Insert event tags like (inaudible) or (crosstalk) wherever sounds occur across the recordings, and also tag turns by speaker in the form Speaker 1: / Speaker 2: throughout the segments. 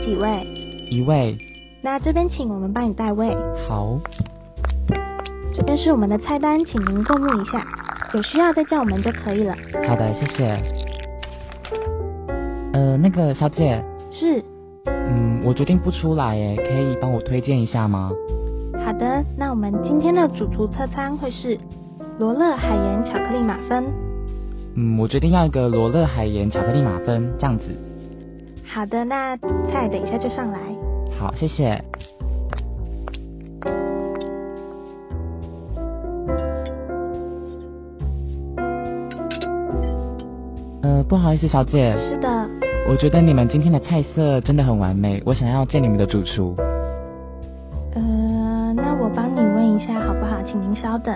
Speaker 1: 几位？
Speaker 2: 一位，
Speaker 1: 那这边请我们帮你代位。
Speaker 2: 好，
Speaker 1: 这边是我们的菜单，请您过目一下，有需要再叫我们就可以了。
Speaker 2: 好的，谢谢。呃，那个小姐，
Speaker 1: 是，
Speaker 2: 嗯，我决定不出来耶，可以帮我推荐一下吗？
Speaker 1: 好的，那我们今天的主厨特餐会是罗勒海盐巧克力马芬。
Speaker 2: 嗯，我决定要一个罗勒海盐巧克力马芬，这样子。
Speaker 1: 好的，那菜等一下就上来。
Speaker 2: 好，谢谢。呃，不好意思，小姐，
Speaker 1: 是的，
Speaker 2: 我觉得你们今天的菜色真的很完美，我想要见你们的主厨。
Speaker 1: 呃，那我帮你问一下好不好？请您稍等。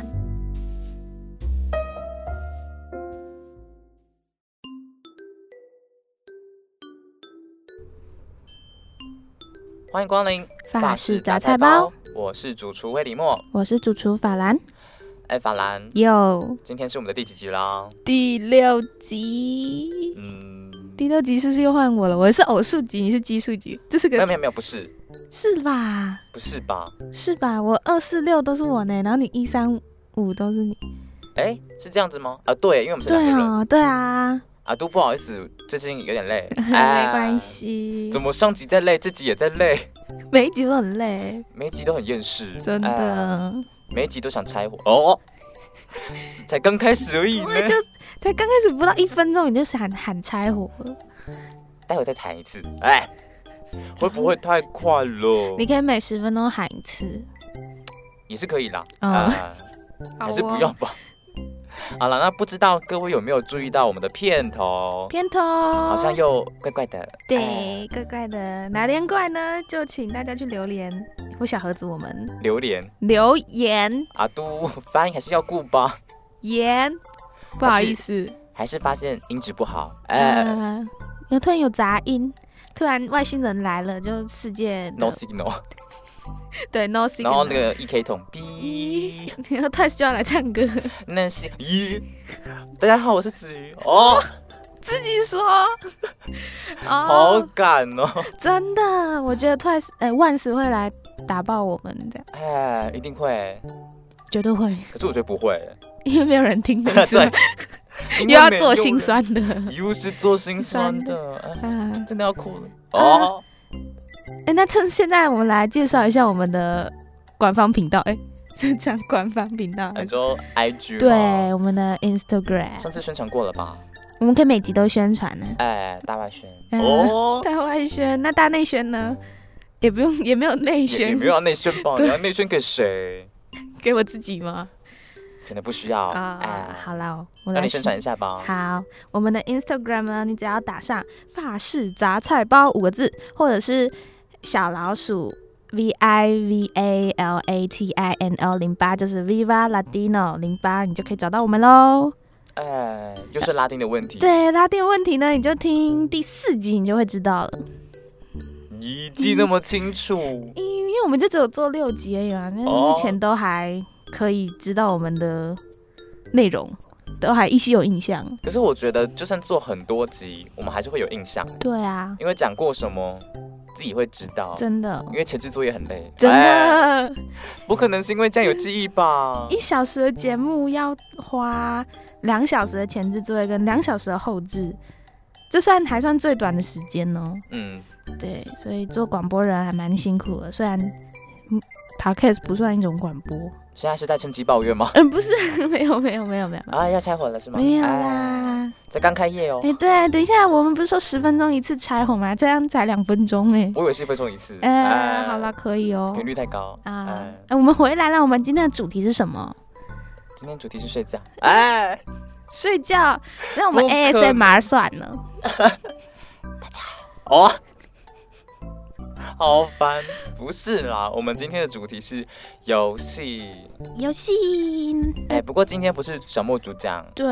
Speaker 3: 欢迎光临
Speaker 4: 法式杂菜包，，
Speaker 3: 我是主厨魏李默。
Speaker 4: 我是主厨法兰。
Speaker 3: 哎，法兰，
Speaker 4: 有
Speaker 3: 今天是我们的第几集啦？
Speaker 4: 第六集，
Speaker 3: 嗯，
Speaker 4: 第六集是不是又换我了？我是偶数集，你是奇数集，这是
Speaker 3: 没有
Speaker 4: 个
Speaker 3: 没有没有，不是
Speaker 4: 是吧？
Speaker 3: 不是吧？
Speaker 4: 是吧？我二四六都是我呢，然后你一三五都是你。
Speaker 3: 哎，是这样子吗？啊，对，因为我们是两
Speaker 4: 对
Speaker 3: 个人。
Speaker 4: 哦，对啊，
Speaker 3: 啊，都不好意思，最近有点累。
Speaker 4: (laughs) 没关
Speaker 3: 哎。
Speaker 4: 系，
Speaker 3: 怎么上集在累，这集也在累，
Speaker 4: (laughs) 每一集都很累，
Speaker 3: 每一集都很厌世，
Speaker 4: 真
Speaker 3: 哎，
Speaker 4: 的。
Speaker 3: 每一集都想拆伙哦。 (laughs) 才刚开始而已呢，
Speaker 4: 就才刚开始不到一分钟，你就喊喊柴火了，
Speaker 3: 待会再谈一次。哎，会不会太快了
Speaker 4: 你？可以每十分钟喊一次。
Speaker 3: 也是可以啦。
Speaker 4: 嗯
Speaker 3: 啊还是不要吧。 (laughs) 好了，那不知道各位有没有注意到我们的片头，
Speaker 4: 片头，
Speaker 3: 好
Speaker 4: 好
Speaker 3: 像又怪怪的。哎，
Speaker 4: 对，怪怪的，哪边怪呢？就请大家去留言或小盒子我们
Speaker 3: 榴莲
Speaker 4: 留言
Speaker 3: 阿都发音还是要顾吧，
Speaker 4: 言，不好意思，
Speaker 3: 还是发现音质不好？哎
Speaker 4: 呃，有突然有杂音，突然外星人来了，就世界的
Speaker 3: ，no signal，
Speaker 4: 对 no
Speaker 3: 然后
Speaker 4: signal，
Speaker 3: 那个 E EK 筒 B，
Speaker 4: 然后 Twice 就要来唱歌，
Speaker 3: 那是咦，大家好，我是子瑜哦，
Speaker 4: 自己说，
Speaker 3: (laughs) 好
Speaker 4: 哦，
Speaker 3: 赶哦，
Speaker 4: 真的，我觉得 Twice 哎万斯会来打爆我们的，
Speaker 3: 哎，一定会，
Speaker 4: 绝对会，
Speaker 3: 可是我觉得不会，
Speaker 4: 因为没有人
Speaker 3: (laughs)
Speaker 4: 听的，是
Speaker 3: 对
Speaker 4: 吗，
Speaker 3: 因
Speaker 4: 又
Speaker 3: 为
Speaker 4: 要
Speaker 3: 没有
Speaker 4: 做
Speaker 3: 人
Speaker 4: 心，酸的，
Speaker 3: 又是做心酸
Speaker 4: 酸
Speaker 3: 的，哎
Speaker 4: 啊。
Speaker 3: 真的要哭了
Speaker 4: 啊
Speaker 3: 哦。
Speaker 4: 哎、那趁现在我们来介绍一下我们的官方频道，哎、是讲官方频
Speaker 3: (laughs)
Speaker 4: 道还
Speaker 3: 你
Speaker 4: 是？
Speaker 3: 说 IG
Speaker 4: 啊对
Speaker 3: 吗，
Speaker 4: 我们的 Instagram，
Speaker 3: 上次宣传过了吧？
Speaker 4: 我们可以每集都宣传呢、
Speaker 3: 哎，大外宣
Speaker 4: 嗯
Speaker 3: 哦，
Speaker 4: 大外宣，那大内宣呢？也不用，也没有内
Speaker 3: 也也
Speaker 4: 宣
Speaker 3: 没，有要内宣吧？
Speaker 4: 对
Speaker 3: 你要内宣给谁？
Speaker 4: 给我自己吗？
Speaker 3: 可能不需要。
Speaker 4: 啊、
Speaker 3: 哎，
Speaker 4: 好啦，我
Speaker 3: 让
Speaker 4: 来
Speaker 3: 你宣传一下吧。
Speaker 4: 好，我们的 Instagram 呢，你只要打上“法式杂菜包”五个字，或者是小老鼠 V I V A L A T I N O 零八，就是 Viva Latino 零八，你就可以找到我们喽。
Speaker 3: 哎，又是拉丁的问题。，
Speaker 4: 对拉丁问题呢，你就听第四集，你就会知道了。
Speaker 3: 你记那么清楚，
Speaker 4: 因因为我们就只有做六集而已嘛，那
Speaker 3: 哦
Speaker 4: 目前都还可以知道我们的内容，都还依稀有印象。
Speaker 3: 可是我觉得就算做很多集，我们还是会有印象，
Speaker 4: 对啊，
Speaker 3: 因为讲过什么，自己会知道。
Speaker 4: 真的，
Speaker 3: 因为前置作业很累，
Speaker 4: 真的。
Speaker 3: 哎不可能是因为这样有记忆吧？
Speaker 4: 一小时的节目要花两小时的前置作业跟两小时的后置，这算还算最短的时间哦。
Speaker 3: 嗯，
Speaker 4: 对，所以做广播人还蛮辛苦的，虽然。嗯 Podcast 不算一种广播，
Speaker 3: 现在是在趁机抱
Speaker 4: (laughs)
Speaker 3: 怨吗？
Speaker 4: 嗯，不是，没有，没有，没有，没有，
Speaker 3: 啊，要拆伙了是吗？
Speaker 4: 没有
Speaker 3: 哎，
Speaker 4: 啦。
Speaker 3: 才刚开业哦
Speaker 4: 哎、。对，等一下，我们不是说十分钟一次拆红吗？这样才两分钟哎、
Speaker 3: 我以为是一分钟一次。
Speaker 4: 哎、
Speaker 3: 哎
Speaker 4: 好了，，可以哦。
Speaker 3: 频率太高
Speaker 4: 啊，哎、
Speaker 3: 哎
Speaker 4: 我们回来了。我们今天的主题是什么？
Speaker 3: 今天主题是
Speaker 4: (laughs)
Speaker 3: 睡觉。哎，
Speaker 4: 睡觉。那我们
Speaker 3: 不可能
Speaker 4: ASMR 算了。
Speaker 3: 哦，好烦。不是啦，我们今天的主题是游戏。
Speaker 4: 游戏。
Speaker 3: 哎，不过今天不是小莫主讲，
Speaker 4: 对，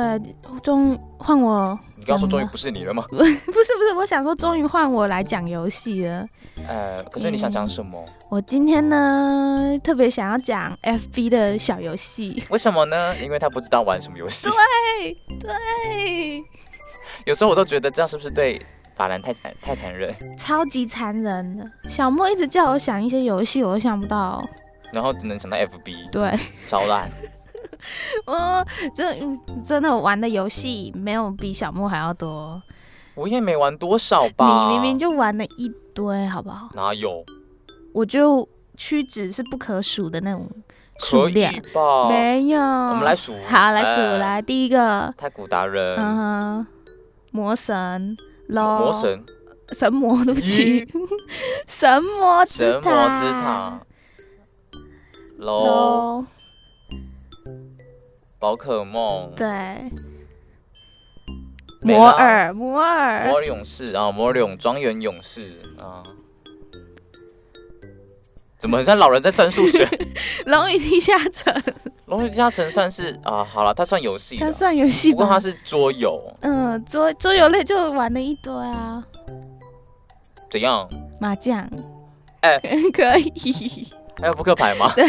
Speaker 4: 终换我， (laughs)
Speaker 3: 你刚
Speaker 4: 怎
Speaker 3: 说
Speaker 4: 么
Speaker 3: 终
Speaker 4: 了
Speaker 3: 于不是你了吗？
Speaker 4: 不是不是，我想说终于换我来讲游戏了。哎
Speaker 3: 呃，可是你想讲什么？
Speaker 4: 我今天呢特别想要讲 FB 的小游戏，
Speaker 3: 为什么呢？因为他不知
Speaker 4: 啊
Speaker 3: 道玩什么游戏。
Speaker 4: 对对，
Speaker 3: 有时候我都觉得这样是不是对法兰太残太残忍。
Speaker 4: 超级残忍的。小莫一直叫我想一些游戏，我都想不到。
Speaker 3: 然后只能想到 FB，
Speaker 4: 对， (laughs)
Speaker 3: 超烂。
Speaker 4: 我真哦嗯真的玩的游戏没有比小莫还要多。
Speaker 3: 我也没玩多少吧。
Speaker 4: 你明明就玩了一堆，好不好？
Speaker 3: 哪有
Speaker 4: 我就屈指是不可数的那种数
Speaker 3: 可
Speaker 4: 量
Speaker 3: 以，吧？
Speaker 4: 没有。
Speaker 3: 我们来数。
Speaker 4: 好来数
Speaker 3: 呃。
Speaker 4: 来，第一个，
Speaker 3: 太古达
Speaker 4: 嗯
Speaker 3: 人，
Speaker 4: 哼，魔神喽，
Speaker 3: 魔神，
Speaker 4: 神魔，对不起
Speaker 3: 咦，
Speaker 4: 神魔之
Speaker 3: 神魔
Speaker 4: 塔，
Speaker 3: 之塔，哦喽，
Speaker 4: 喽，
Speaker 3: 宝可梦，
Speaker 4: 对，
Speaker 3: 没
Speaker 4: 摩
Speaker 3: 啦
Speaker 4: 尔，摩尔，
Speaker 3: 摩尔勇士啊，摩尔勇庄园勇士啊，怎么很像老人在算数
Speaker 4: (laughs)
Speaker 3: 学？
Speaker 4: 龙与地下城，
Speaker 3: 龙与地下城算是啊，好了，它算游戏
Speaker 4: 它
Speaker 3: 了，
Speaker 4: 算游戏
Speaker 3: 不过它
Speaker 4: 吧？
Speaker 3: 是桌游，
Speaker 4: 嗯，桌桌游类就玩了一堆啊，
Speaker 3: 怎样？
Speaker 4: 麻将，
Speaker 3: 哎
Speaker 4: (laughs) 可
Speaker 3: (laughs)
Speaker 4: 以，
Speaker 3: 还有扑克牌吗？
Speaker 4: 对，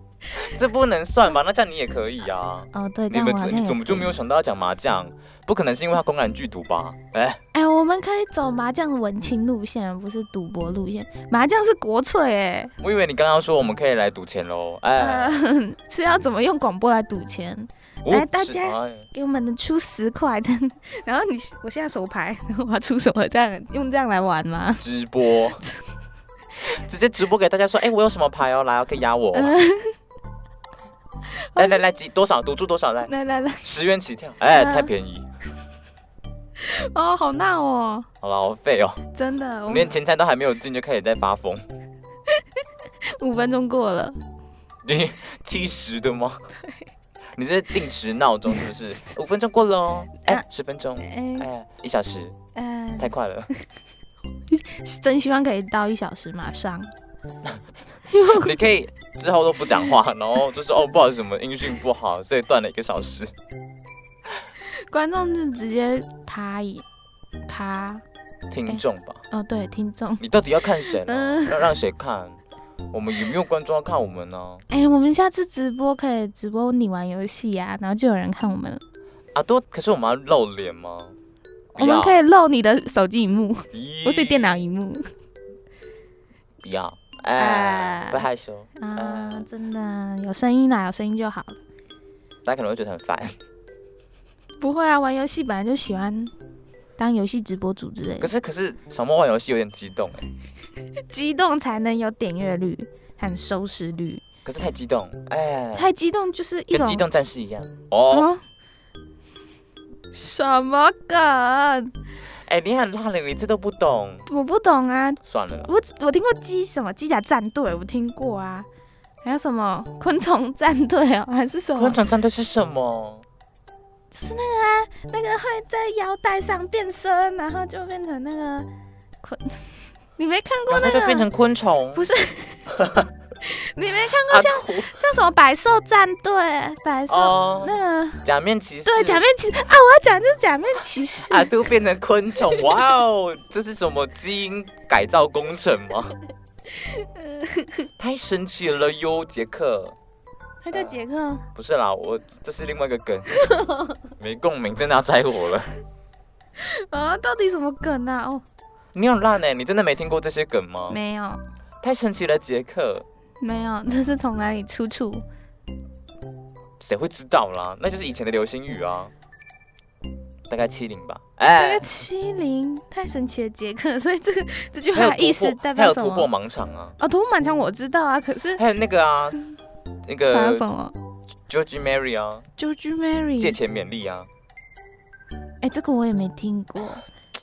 Speaker 3: (laughs) 这不能算吧？那这样你也可以啊。
Speaker 4: 哦，对，这
Speaker 3: 你
Speaker 4: 样我
Speaker 3: 们
Speaker 4: 好
Speaker 3: 怎
Speaker 4: 像
Speaker 3: 你
Speaker 4: 也
Speaker 3: 怎么就没有想到要讲麻将？不可能是因为它公然剧毒吧？哎，
Speaker 4: 哎，我们可以走麻将文青路线，不是赌博路线。麻将是国粹哎、
Speaker 3: 我以为你刚刚说我们可以来赌钱喽。哎，
Speaker 4: 呃 (laughs) 是要怎么用广播来赌钱？
Speaker 3: 哦
Speaker 4: 来大
Speaker 3: 是
Speaker 4: 家
Speaker 3: 哎
Speaker 4: 给我们出十块的， (laughs) 然后你我现在手牌，然后我要出什么？这样用这样来玩吗？ (laughs)
Speaker 3: 直播， (laughs) 直接直播给大家说，哎，我有什么牌哦，来哦，可以压我
Speaker 4: 呃
Speaker 3: 哦。来来来，几多少？赌注多少？来，
Speaker 4: 来来来，
Speaker 3: 十元起跳。哎，
Speaker 4: 嗯
Speaker 3: 太便宜。
Speaker 4: 哦，好闹哦，
Speaker 3: 好了，好废哦，
Speaker 4: 真的，
Speaker 3: 我
Speaker 4: 我
Speaker 3: 们
Speaker 4: 们
Speaker 3: 连前菜都还没有进就开始在发疯。
Speaker 4: 五分钟过了，
Speaker 3: 你 (laughs) 计时的吗？你这是定时闹钟是不是？五分钟过了哦，哎
Speaker 4: 啊，
Speaker 3: 十分钟，
Speaker 4: 哎、
Speaker 3: 哎，一小时，
Speaker 4: 哎、
Speaker 3: 太快了。
Speaker 4: 真希望可以到一小时，马上。
Speaker 3: (laughs) 你可以之后都不
Speaker 4: (laughs)
Speaker 3: 讲话，然后就说哦，不好意思，什么音讯不好，所以断了一个
Speaker 4: (laughs)
Speaker 3: 小时。
Speaker 4: 观众就直接啪一咔，
Speaker 3: 听众吧，
Speaker 4: 哦，对，听众，
Speaker 3: 你到底要看谁呢？
Speaker 4: 嗯
Speaker 3: (laughs) 要让谁看？我们有没有观众要看我们呢？
Speaker 4: 哎、我们下次直播可以直播你玩游戏啊，然后就有人看我们了。
Speaker 3: 啊，多，可是我们要露脸吗？
Speaker 4: 我们可
Speaker 3: 以，
Speaker 4: 以露你的手机荧幕，
Speaker 3: 咦
Speaker 4: 不是电脑，荧幕
Speaker 3: 不要，哎，
Speaker 4: 哎
Speaker 3: 不害羞，
Speaker 4: 啊
Speaker 3: 啊，
Speaker 4: 真的有声音啦，有声音就好了。
Speaker 3: 大家可能会觉得很烦。 (laughs)
Speaker 4: 不会啊，玩游戏本来就喜欢当游戏直播主之类
Speaker 3: 可
Speaker 4: 的，
Speaker 3: 是可是，小莫玩游戏有点激动哎，
Speaker 4: 激动才能有点阅率和收视率，
Speaker 3: 可是太激动，哎，
Speaker 4: 太激动就是一
Speaker 3: 跟
Speaker 4: 种
Speaker 3: 机动战士一样哦。
Speaker 4: 啊什么梗？
Speaker 3: 哎、你很烂了，你这都不懂，
Speaker 4: 我不懂啊，
Speaker 3: 算了啦。
Speaker 4: 我只我听过机什么机甲战队，我听过啊，还有什么昆虫战队哦，还是什么
Speaker 3: 昆？虫战队是什么？
Speaker 4: 就是那个啊，那个会在腰带上变身，然后就变成那个昆， (laughs) 你没看过
Speaker 3: 然
Speaker 4: 那
Speaker 3: 后
Speaker 4: 个？
Speaker 3: 就变成昆虫
Speaker 4: 不是？你没看
Speaker 3: 啊
Speaker 4: 过像、
Speaker 3: 图
Speaker 4: 像什么百兽战队、百兽、
Speaker 3: 哦，
Speaker 4: 那个
Speaker 3: 假面骑士
Speaker 4: 对假面骑啊，我要讲就是假面骑士，
Speaker 3: 啊都变成昆虫，
Speaker 4: (laughs)
Speaker 3: 哇哦，这是什么基因改造工程吗？
Speaker 4: 呃
Speaker 3: 太神奇了哟，杰克！
Speaker 4: 他叫杰克。
Speaker 3: 不是啦，我这是另外一
Speaker 4: (laughs)
Speaker 3: 个梗，没共鸣，真的要摘我了。
Speaker 4: 啊，到底什么梗啊？哦，
Speaker 3: 你很烂哎、你真的没听过这些梗吗？
Speaker 4: 没有
Speaker 3: 太神奇了，杰克，
Speaker 4: 没有，这是从哪里出处？
Speaker 3: 谁会知道啦？那就是以前的流星雨啊，大概七零吧。
Speaker 4: 这
Speaker 3: 哎、
Speaker 4: 个欺凌太神奇了，杰克，所以这个这句
Speaker 3: 还
Speaker 4: 话
Speaker 3: 有
Speaker 4: 的啊意思
Speaker 3: 突破
Speaker 4: 代
Speaker 3: 还
Speaker 4: 表
Speaker 3: 有
Speaker 4: 什
Speaker 3: 突破
Speaker 4: 么？
Speaker 3: 盲场啊，
Speaker 4: 哦，图满墙我知道啊，可是
Speaker 3: 还有那个啊，那
Speaker 4: 还
Speaker 3: 个
Speaker 4: 有什么
Speaker 3: George Mary 啊，
Speaker 4: ？George
Speaker 3: 借
Speaker 4: Mary，
Speaker 3: 钱勉励啊，
Speaker 4: 哎、这个我也没听过，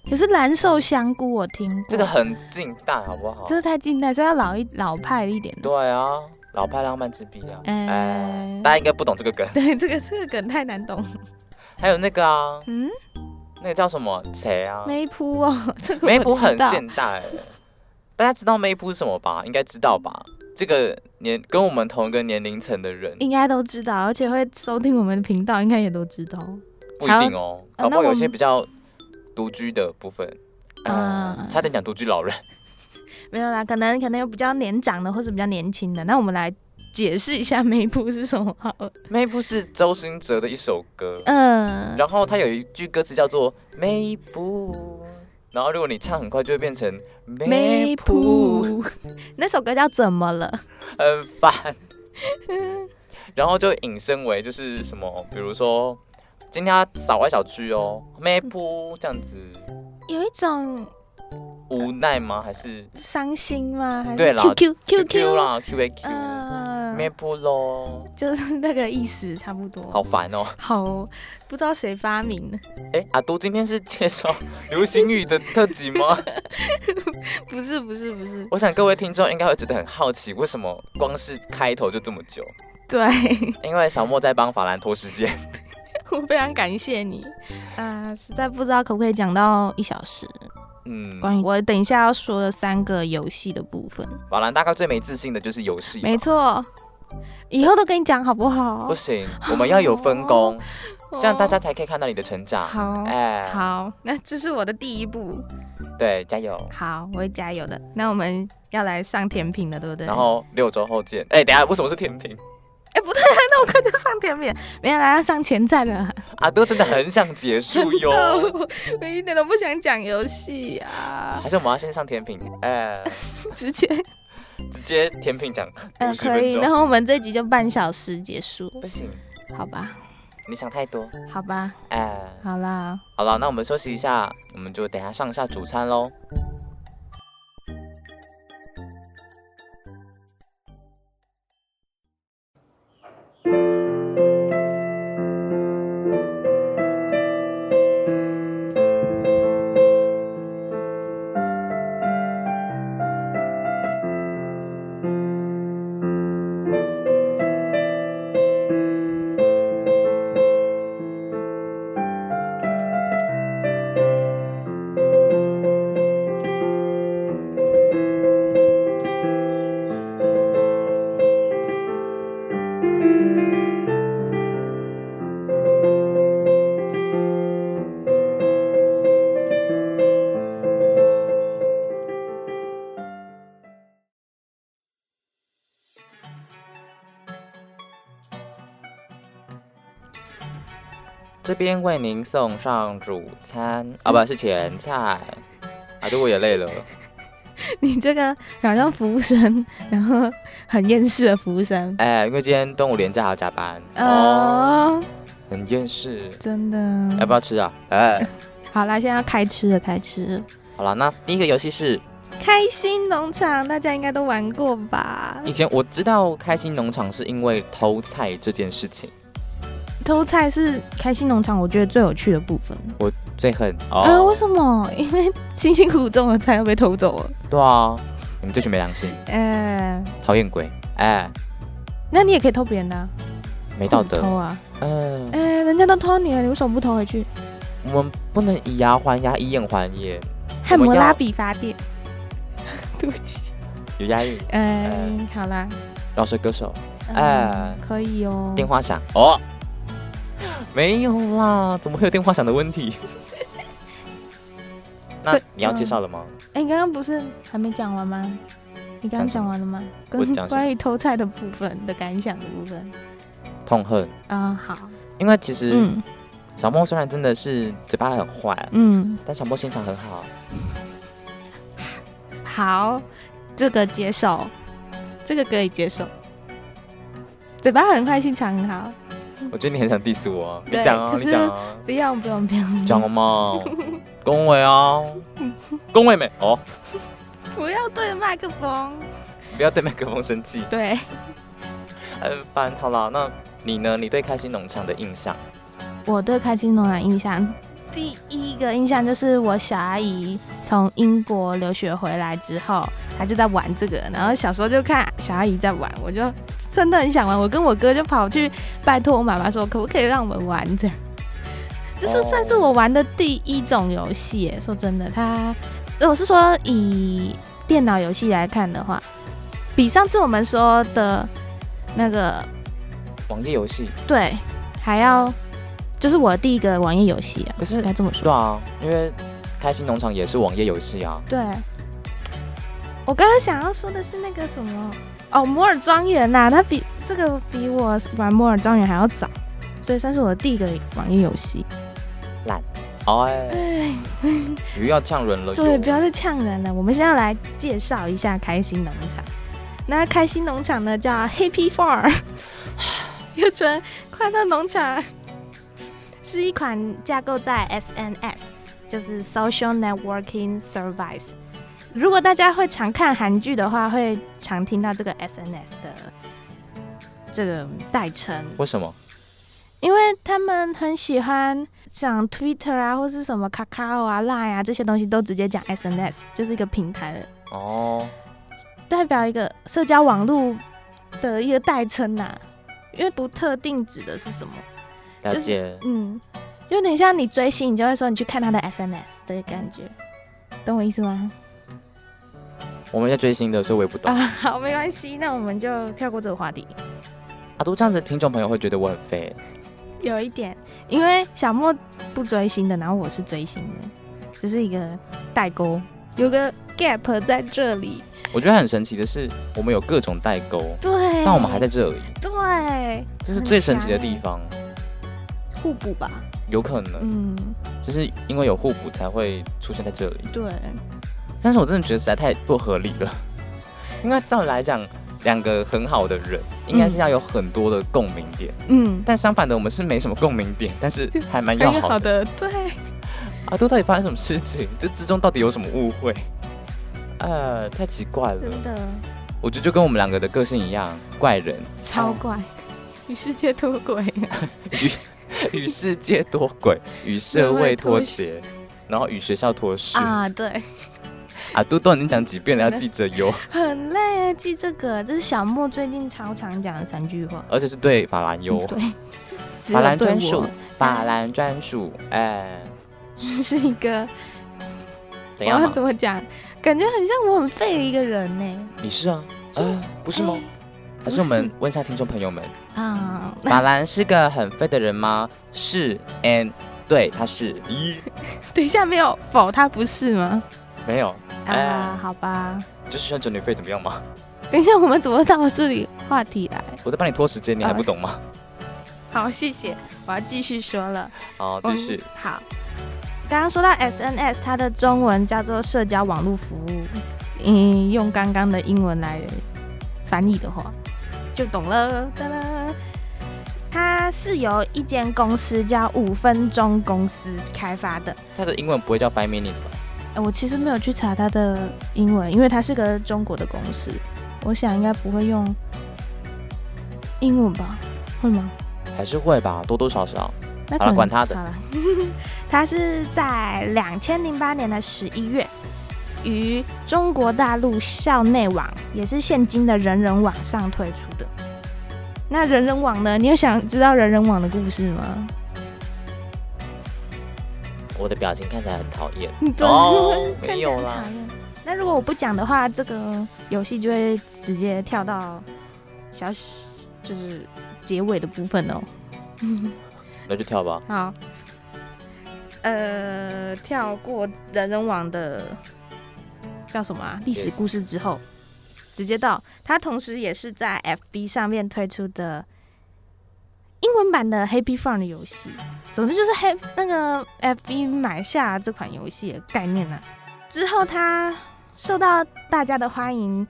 Speaker 4: 可是蓝瘦香菇我听过，
Speaker 3: 这个很近代，好不好？
Speaker 4: 这个太近代，所以要老一老派一点的。
Speaker 3: 对啊，老派浪漫之笔啊，
Speaker 4: 哎
Speaker 3: 哎，大家应该不懂这个梗。
Speaker 4: (laughs) 对，这个这个梗太难懂。
Speaker 3: 还有那个啊，
Speaker 4: 嗯，
Speaker 3: 那个叫什么谁啊？
Speaker 4: 梅铺哦，这个我
Speaker 3: 梅普
Speaker 4: 知
Speaker 3: 很
Speaker 4: 道
Speaker 3: 现代， (laughs) 大家知道梅普是什么吧？应该知道吧？这个年跟我们同一个年龄层的人
Speaker 4: 应该都知道，而且会收听我们的频道，应该也都知道。
Speaker 3: 不一定哦，
Speaker 4: 好啊
Speaker 3: 搞不好
Speaker 4: 那我
Speaker 3: 有
Speaker 4: 们
Speaker 3: 些比较独居的部分，
Speaker 4: 嗯
Speaker 3: 嗯，差点讲独居
Speaker 4: (laughs)
Speaker 3: 老人。
Speaker 4: 没有啦，可能可能有比较年长的，或是比较年轻的。那我们来解释一下梅铺是什么好了。
Speaker 3: 妹不是周兴哲的一首歌，
Speaker 4: 嗯，
Speaker 3: 然后他有一句歌词叫做“妹不然后如果你唱很快，就会变成
Speaker 4: 梅
Speaker 3: 梅普，
Speaker 4: 普，那首歌叫怎么了？
Speaker 3: 很烦。然后就引申为就是什么，比如说今天要扫外小区哦，梅普这样子
Speaker 4: 有一种
Speaker 3: 无奈吗？还是
Speaker 4: 伤心吗？还是
Speaker 3: 对啦
Speaker 4: QQ
Speaker 3: QQ
Speaker 4: QQ，
Speaker 3: 啦，Q 呃 A Q，
Speaker 4: 嗯
Speaker 3: 梅普咯，
Speaker 4: 就是那个意思差不多。
Speaker 3: 好烦哦。
Speaker 4: 好，不知道谁发明的， (laughs)
Speaker 3: 哎，阿都今天是介 (laughs) 绍流行语的特辑吗？
Speaker 4: 不是不是不是，
Speaker 3: 我想各位听众应该会觉得很好奇，为什么光是开头就这么久？
Speaker 4: 对
Speaker 3: 因为小莫在帮法兰拖时间。
Speaker 4: (laughs) 我非常感谢你， (laughs) 啊、实在不知道可不可以讲到一小时，
Speaker 3: 嗯，
Speaker 4: 关于我等一下要说的三个游戏的部分，
Speaker 3: 法兰大概最没自信的就是游戏吧。
Speaker 4: 没错，以后都跟你讲好不好
Speaker 3: 不？行，
Speaker 4: 哦
Speaker 3: 我们要有分工，
Speaker 4: 这
Speaker 3: 这样大家才可以看到你的成长。
Speaker 4: 哦好
Speaker 3: 哎，
Speaker 4: 好，那这是我的第一步，
Speaker 3: 对，加油。
Speaker 4: 好，我会加油的。那我们要来上甜品了，对不对？
Speaker 3: 然后六周后见。哎，等一下，为什么是甜品？
Speaker 4: 哎、不对、啊， (laughs) 那我快就上甜品，没有啦，要上前菜了。
Speaker 3: 阿啊都真的很想
Speaker 4: (laughs)
Speaker 3: 结束哟。
Speaker 4: 我我一点都不想讲游戏啊，
Speaker 3: 还是我们要先上甜品？哎，
Speaker 4: 直接
Speaker 3: 直接甜品讲
Speaker 4: 嗯、
Speaker 3: 五十
Speaker 4: 可
Speaker 3: 分
Speaker 4: 以。然
Speaker 3: 钟。
Speaker 4: 后我们这集就半小时结束，
Speaker 3: 不行，
Speaker 4: 好吧？
Speaker 3: 你想太多。
Speaker 4: 好吧，
Speaker 3: 哎，
Speaker 4: 好啦，
Speaker 3: 好了，那我们休息一下，我们就等一下上一下主餐喽。这边为您送上主餐啊，不是前菜。阿都我也累了，
Speaker 4: (laughs) 你这个好像服务生， (laughs) 然后很厌世的服务生。
Speaker 3: 哎，因为今天端午连假还要加班，哦，
Speaker 4: 哦，
Speaker 3: 很厌世。
Speaker 4: 真的。
Speaker 3: 要不要吃啊？哎，
Speaker 4: 好啦，现在要开吃了，开吃了。
Speaker 3: 好了，那第一个游戏是
Speaker 4: 开心农场，大家应该都玩过吧？
Speaker 3: 以前我知道开心农场是因为偷菜这件事情，
Speaker 4: 偷菜是开心农场我觉得最有趣的部分。
Speaker 3: 最恨
Speaker 4: 啊、为
Speaker 3: 哦，
Speaker 4: 什么？ (laughs) 因为辛辛苦苦种的菜又被偷走了。
Speaker 3: 对啊，你们这群没良心，
Speaker 4: 哎、
Speaker 3: 讨厌鬼，哎，
Speaker 4: 那你也可以偷别人的、啊，
Speaker 3: 没道
Speaker 4: 偷
Speaker 3: 德，
Speaker 4: 啊！
Speaker 3: 嗯、
Speaker 4: 哎、人家都偷你了，你为什么不偷回去？
Speaker 3: 我们不能以牙还牙，以眼还眼，
Speaker 4: 汉摩拉比法
Speaker 3: (laughs)
Speaker 4: 典。对不起。
Speaker 3: 有押韵，
Speaker 4: 哎、
Speaker 3: 哎
Speaker 4: 好啦。
Speaker 3: 饶舌歌手，
Speaker 4: 嗯
Speaker 3: 哎
Speaker 4: 可以哦。
Speaker 3: 电话响，哦， (laughs) 没有啦，怎么会有电话响的问
Speaker 4: (laughs)
Speaker 3: 题？那
Speaker 4: 所以
Speaker 3: 你要介绍了吗？
Speaker 4: 哎、你刚刚不是还没讲完吗？你刚刚
Speaker 3: 讲什
Speaker 4: 讲
Speaker 3: 么
Speaker 4: 完了吗？
Speaker 3: 我
Speaker 4: 跟
Speaker 3: 讲什么
Speaker 4: 关于偷菜的部分的感想的部分。
Speaker 3: 痛恨，
Speaker 4: 啊、好。
Speaker 3: 因为其实
Speaker 4: 嗯
Speaker 3: 小莫虽然真的是嘴巴很坏，啊
Speaker 4: 嗯，
Speaker 3: 但小莫心肠很好。啊
Speaker 4: 好，这个接受，这个可以接受。嘴巴很快，心肠很好。
Speaker 3: 我觉得你很想 diss 我啊，
Speaker 4: 嗯
Speaker 3: 你
Speaker 4: 对
Speaker 3: 讲啊，
Speaker 4: 可
Speaker 3: 你
Speaker 4: 是嗯
Speaker 3: 讲啊，
Speaker 4: 不用不用不用，
Speaker 3: 讲
Speaker 4: (laughs)
Speaker 3: 了嘛，恭维啊，恭维没？哦，
Speaker 4: 不要对着麦克风。
Speaker 3: 不要对麦克风生气，
Speaker 4: 对，
Speaker 3: 很烦。好啦，那你呢？你对开心农场的印象？
Speaker 4: 我对开心农场印象，第一个印象就是我小阿姨从英国留学回来之后，她就在玩这个，然后小时候就看小阿姨在玩，我就真的很想玩，我跟我哥就跑去拜托我妈妈说，可不可以让我们玩这样。就是
Speaker 3: 哦
Speaker 4: 算是我玩的第一种游戏耶，说真的，它我是说以电脑游戏来看的话，比上次我们说的那个
Speaker 3: 网页游戏？
Speaker 4: 对，还要就是我第一个网页游戏啊，
Speaker 3: 可是
Speaker 4: 应该这么说。
Speaker 3: 对啊，因为开心农场也是网页游戏啊。
Speaker 4: 对，我刚刚想要说的是那个什么哦，摩尔庄园呐、它比这个比我玩摩尔庄园还要早，所以算是我第一个网页游戏。
Speaker 3: 懒，哎，又要呛人了哟。
Speaker 4: 对，不要再呛人了。我们现在来介绍一下开心农场。那开心农场呢，叫 Happy Farm，又称快乐农场，是一款架构在 SNS，就是 Social Networking Service。如果大家会常看韩剧的话，会常听到这个 SNS 的这个代称。
Speaker 3: 为什么？
Speaker 4: 因为他们很喜欢讲 Twitter 啊，或是什么 Kakao 啊、Line 啊这些东西，都直接讲 SNS，就是一个平台了，
Speaker 3: 哦，
Speaker 4: 代表一个社交网络的一个代称呐、因为不特定指的是什么，
Speaker 3: 了
Speaker 4: 就是
Speaker 3: 解。
Speaker 4: 嗯，有点像你追星，你就会说你去看他的 SNS 的感觉，懂我意思吗？
Speaker 3: 我们在追星的，所以我也不懂。
Speaker 4: 啊，好，没关系，那我们就跳过这个话题。
Speaker 3: 阿啊都这样子，听众朋友会觉得我很废。
Speaker 4: 有一点，因为小莫不追星的，然后我是追星的，只是一个代沟，有个 gap 在这里。
Speaker 3: 我觉得很神奇的是，我们有各种代沟，
Speaker 4: 对，
Speaker 3: 但我们还在这里，
Speaker 4: 对
Speaker 3: 这是最神奇的地方。
Speaker 4: 互补吧，
Speaker 3: 有可能
Speaker 4: 嗯，
Speaker 3: 就是因为有互补才会出现在这里，
Speaker 4: 对，
Speaker 3: 但是我真的觉得实在太不合理了， (laughs) 因为照理来讲，两个很好的人应该是要有很多的共鸣点，
Speaker 4: 嗯，
Speaker 3: 但相反的，我们是没什么共鸣点，但是还蛮要
Speaker 4: 很
Speaker 3: 好
Speaker 4: 好
Speaker 3: 的。
Speaker 4: 的，对，
Speaker 3: 阿啊都到底发生什么事情？这之中到底有什么误会？呃，太奇怪了。
Speaker 4: 真的
Speaker 3: 我觉得就跟我们两个的个性一样，怪人，
Speaker 4: 超
Speaker 3: (laughs)
Speaker 4: 怪，与世界脱轨， (laughs)
Speaker 3: 与与世界脱轨，与社会脱节，然后与学校脱序。啊，
Speaker 4: 啊，对，
Speaker 3: 都都已经讲几遍了，要记着
Speaker 4: (laughs)
Speaker 3: 哟。
Speaker 4: 很累啊，记这个，这是小莫最近超常讲的三句话，
Speaker 3: 而且是对法兰哟，
Speaker 4: 对，只
Speaker 3: 法
Speaker 4: 有
Speaker 3: 兰
Speaker 4: 对
Speaker 3: 专
Speaker 4: 我
Speaker 3: 属，法兰专属。哎，
Speaker 4: 是一个，我
Speaker 3: 怎样
Speaker 4: 要
Speaker 3: 嘛
Speaker 4: 怎？么讲？感觉很像我很废的一个人呢、
Speaker 3: 你是啊？呃，不是吗？还
Speaker 4: 不
Speaker 3: 是我们问一下听众朋友们，
Speaker 4: 啊、
Speaker 3: 法兰是个很废的人吗？是，and 对，他是。咦，
Speaker 4: 等一下没有否他不是吗？
Speaker 3: 没有，哎
Speaker 4: 啊，好吧，
Speaker 3: 就是算整理费怎么样嘛？
Speaker 4: 等一下我们怎么到这里话题来？
Speaker 3: (laughs) 我在帮你拖时
Speaker 4: 呃
Speaker 3: 间，你还不懂吗？
Speaker 4: 好，谢谢，我要继续说了。
Speaker 3: 好，
Speaker 4: 嗯
Speaker 3: 继续。
Speaker 4: 好，刚刚说到 SNS，它的中文叫做社交网络服务。嗯，用刚刚的英文来翻译的话，就懂了。哒哒，它是由一间公司叫五分钟公司开发的。
Speaker 3: 他的英文不会叫 five minutes 吧？
Speaker 4: 呃我其实没有去查它的英文，因为它是个中国的公司，我想应该不会用英文吧？会吗？
Speaker 3: 还是会吧，多多少少。
Speaker 4: 那
Speaker 3: 好
Speaker 4: 可
Speaker 3: 了
Speaker 4: 能
Speaker 3: 管他的
Speaker 4: 好了， (laughs) 他是在两千零八年的十一月，于中国大陆校内网，也是现今的人人网上推出的。那人人网呢？你有想知道人人网的故事吗？
Speaker 3: 我的表情看起来很讨厌。
Speaker 4: (laughs) 对 (laughs)
Speaker 3: 哦
Speaker 4: 看起来
Speaker 3: 没有
Speaker 4: 很
Speaker 3: 啦
Speaker 4: 讨厌那如果我不讲的话，这个游戏就会直接跳到小就是结尾的部分哦。
Speaker 3: 那就跳吧。
Speaker 4: 好，呃，跳过人人网的叫什么啊历史
Speaker 3: Yes
Speaker 4: 故事之后，直接到它同时也是在 FB 上面推出的英文版的 Happy Fun 的游戏。总之就是黑那个 FB 买下这款游戏的概念啊。之后它受到大家的欢迎，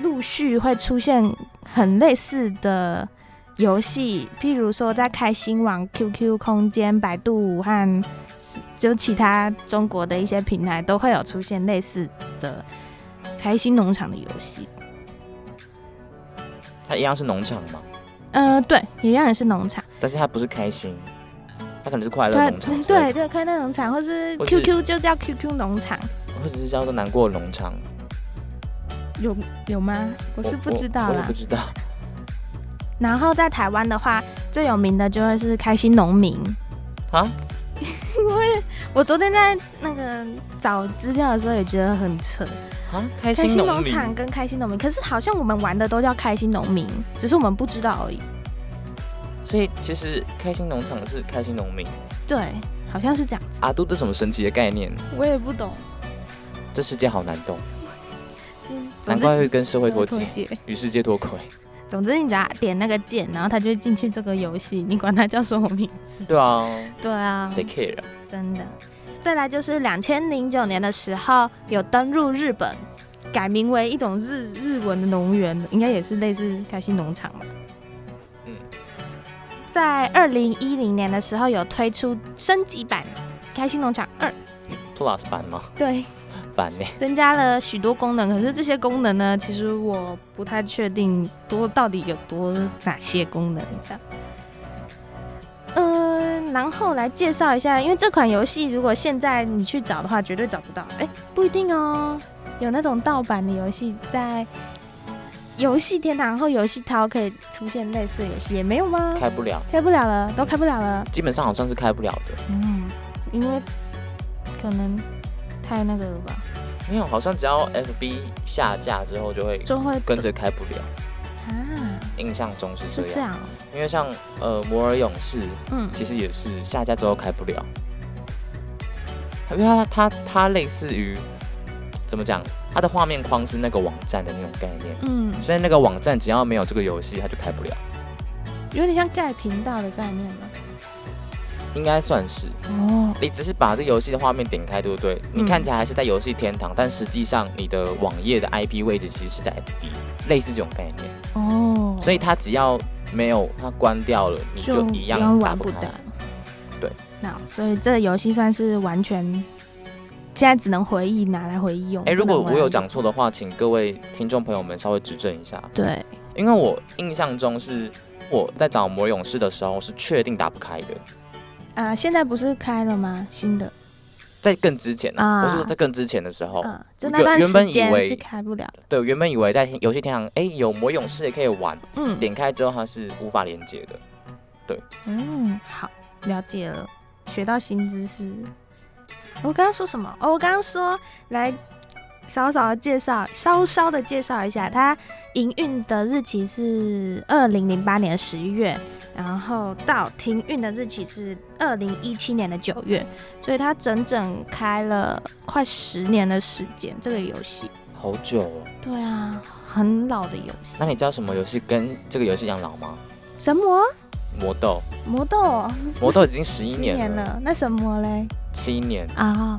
Speaker 4: 陆续会出现很类似的游戏，譬如说在开心网、QQ 空间、百度和就其他中国的一些平台都会有出现类似的开心农场的游戏。
Speaker 3: 它一样是农场嘛，
Speaker 4: 呃，对，一样也是农场，
Speaker 3: 但是它不是开心，它可能是快乐
Speaker 4: 对
Speaker 3: 农场之类
Speaker 4: 对
Speaker 3: 的，
Speaker 4: 对，快乐农场，或是
Speaker 3: 或是
Speaker 4: QQ 就叫 QQ 农场，
Speaker 3: 或者是叫做难过农场。
Speaker 4: 有有吗？我是不知道
Speaker 3: 我也
Speaker 4: 啦
Speaker 3: 不。知道。
Speaker 4: 然后在台湾的话，最有名的就会是开心农民，
Speaker 3: 啊，
Speaker 4: (laughs) 因为我昨天在那个找资料的时候也觉得很扯，
Speaker 3: 啊，
Speaker 4: 开
Speaker 3: 开心
Speaker 4: 心
Speaker 3: 农
Speaker 4: 农
Speaker 3: 民
Speaker 4: 场跟开心农民，可是好像我们玩的都叫开心农民，只是我们不知道而已。
Speaker 3: 所以其实开心农场是开心农民。
Speaker 4: 对，好像是这样子，
Speaker 3: 阿都这什么神奇的概念？
Speaker 4: 我也不懂。
Speaker 3: 这世界好难懂，
Speaker 4: 总
Speaker 3: 难
Speaker 4: 之
Speaker 3: 怪会跟社会
Speaker 4: 会脱
Speaker 3: 脱节，
Speaker 4: 节。
Speaker 3: 与世界脱轨。
Speaker 4: 总之，你只要点那个键，然后他就会进去这个游戏，你管它叫什么名字。
Speaker 3: 对啊，
Speaker 4: 对啊，
Speaker 3: 谁 care？啊
Speaker 4: 真的。再来就是两千零九年的时候有登入日本，改名为一种日日文的农园，应该也是类似开心农场嘛。
Speaker 3: 嗯。
Speaker 4: 在二零一零年的时候有推出升级版《开心农场二》，
Speaker 3: Plus 版吗？ (laughs)
Speaker 4: 对，
Speaker 3: 版呢？
Speaker 4: 增加了许多功能。可是这些功能呢，其实我不太确定多到底有多哪些功能这样。呃，然后来介绍一下，因为这款游戏如果现在你去找的话，绝对找不到。哎，不一定哦，有那种盗版的游戏在游戏天堂或游戏淘可以出现类似的游戏，也没有吗？
Speaker 3: 开不了，
Speaker 4: 开不了了，都开不了了。
Speaker 3: 基本上好像是开不了的。
Speaker 4: 嗯，因为可能太那个了吧，
Speaker 3: 没有，好像只要 FB 下架之后就会
Speaker 4: 就会
Speaker 3: 跟着开不了。
Speaker 4: 啊，
Speaker 3: 印象中是
Speaker 4: 是
Speaker 3: 这
Speaker 4: 这
Speaker 3: 样，
Speaker 4: 样哦，
Speaker 3: 因为像呃摩尔勇士
Speaker 4: 嗯，
Speaker 3: 其实也是下架之后开不了，因为它它它类似于怎么讲，它的画面框是那个网站的那种概念。
Speaker 4: 嗯，
Speaker 3: 所以那个网站只要没有这个游戏，它就开不了，
Speaker 4: 有点像盖频道的概念吧。
Speaker 3: 应该算是。
Speaker 4: 哦，
Speaker 3: 你只是把这游戏的画面点开，对不对？你
Speaker 4: 嗯
Speaker 3: 看起来还是在游戏天堂，但实际上你的网页的 IP 位置其实是在 FB，类似这种概念。
Speaker 4: 哦，
Speaker 3: 所以它只要没有它关掉了，你就一样
Speaker 4: 永远
Speaker 3: 打
Speaker 4: 玩
Speaker 3: 不
Speaker 4: 不
Speaker 3: 开
Speaker 4: 得。。
Speaker 3: 对，
Speaker 4: 那所以这个游戏算是完全，现在只能回忆拿来回忆用。
Speaker 3: 哎、如果
Speaker 4: 不能
Speaker 3: 我有
Speaker 4: 玩
Speaker 3: 讲，错的话，请各位听众朋友们稍微指正一下，
Speaker 4: 对，
Speaker 3: 因为我印象中是我在找魔勇士的时候是确定打不开的，
Speaker 4: 啊，现在不是开了吗？新的，
Speaker 3: 在更之前啊，
Speaker 4: 啊
Speaker 3: 我是说在更之前的时候，
Speaker 4: 嗯，就
Speaker 3: 哦原
Speaker 4: 那段
Speaker 3: 原本
Speaker 4: 时
Speaker 3: 以
Speaker 4: 间
Speaker 3: 为
Speaker 4: 是开不了的。
Speaker 3: 对，原本以为在游戏天堂，哎、有魔勇士也可以玩，
Speaker 4: 嗯，
Speaker 3: 点开之后它是无法连接的。
Speaker 4: 嗯，好，了解了，学到新知识。我刚刚说什么？哦，我刚刚说来稍稍的介绍，稍稍的介绍一下，它营运的日期是二零零八年十一月，然后到停运的日期是二零一七年的九月，所以它整整开了快十年的时间。这个游戏，
Speaker 3: 好久哦，
Speaker 4: 对啊，很老的游戏
Speaker 3: 那。你知道什么游戏跟这个游戏一样老吗？
Speaker 4: 神魔 (laughs)
Speaker 3: 魔豆，
Speaker 4: 魔豆哦，
Speaker 3: 魔豆已经十一
Speaker 4: 十
Speaker 3: 年
Speaker 4: 年
Speaker 3: 了，
Speaker 4: 了，那神魔嘞？
Speaker 3: 七年
Speaker 4: 啊、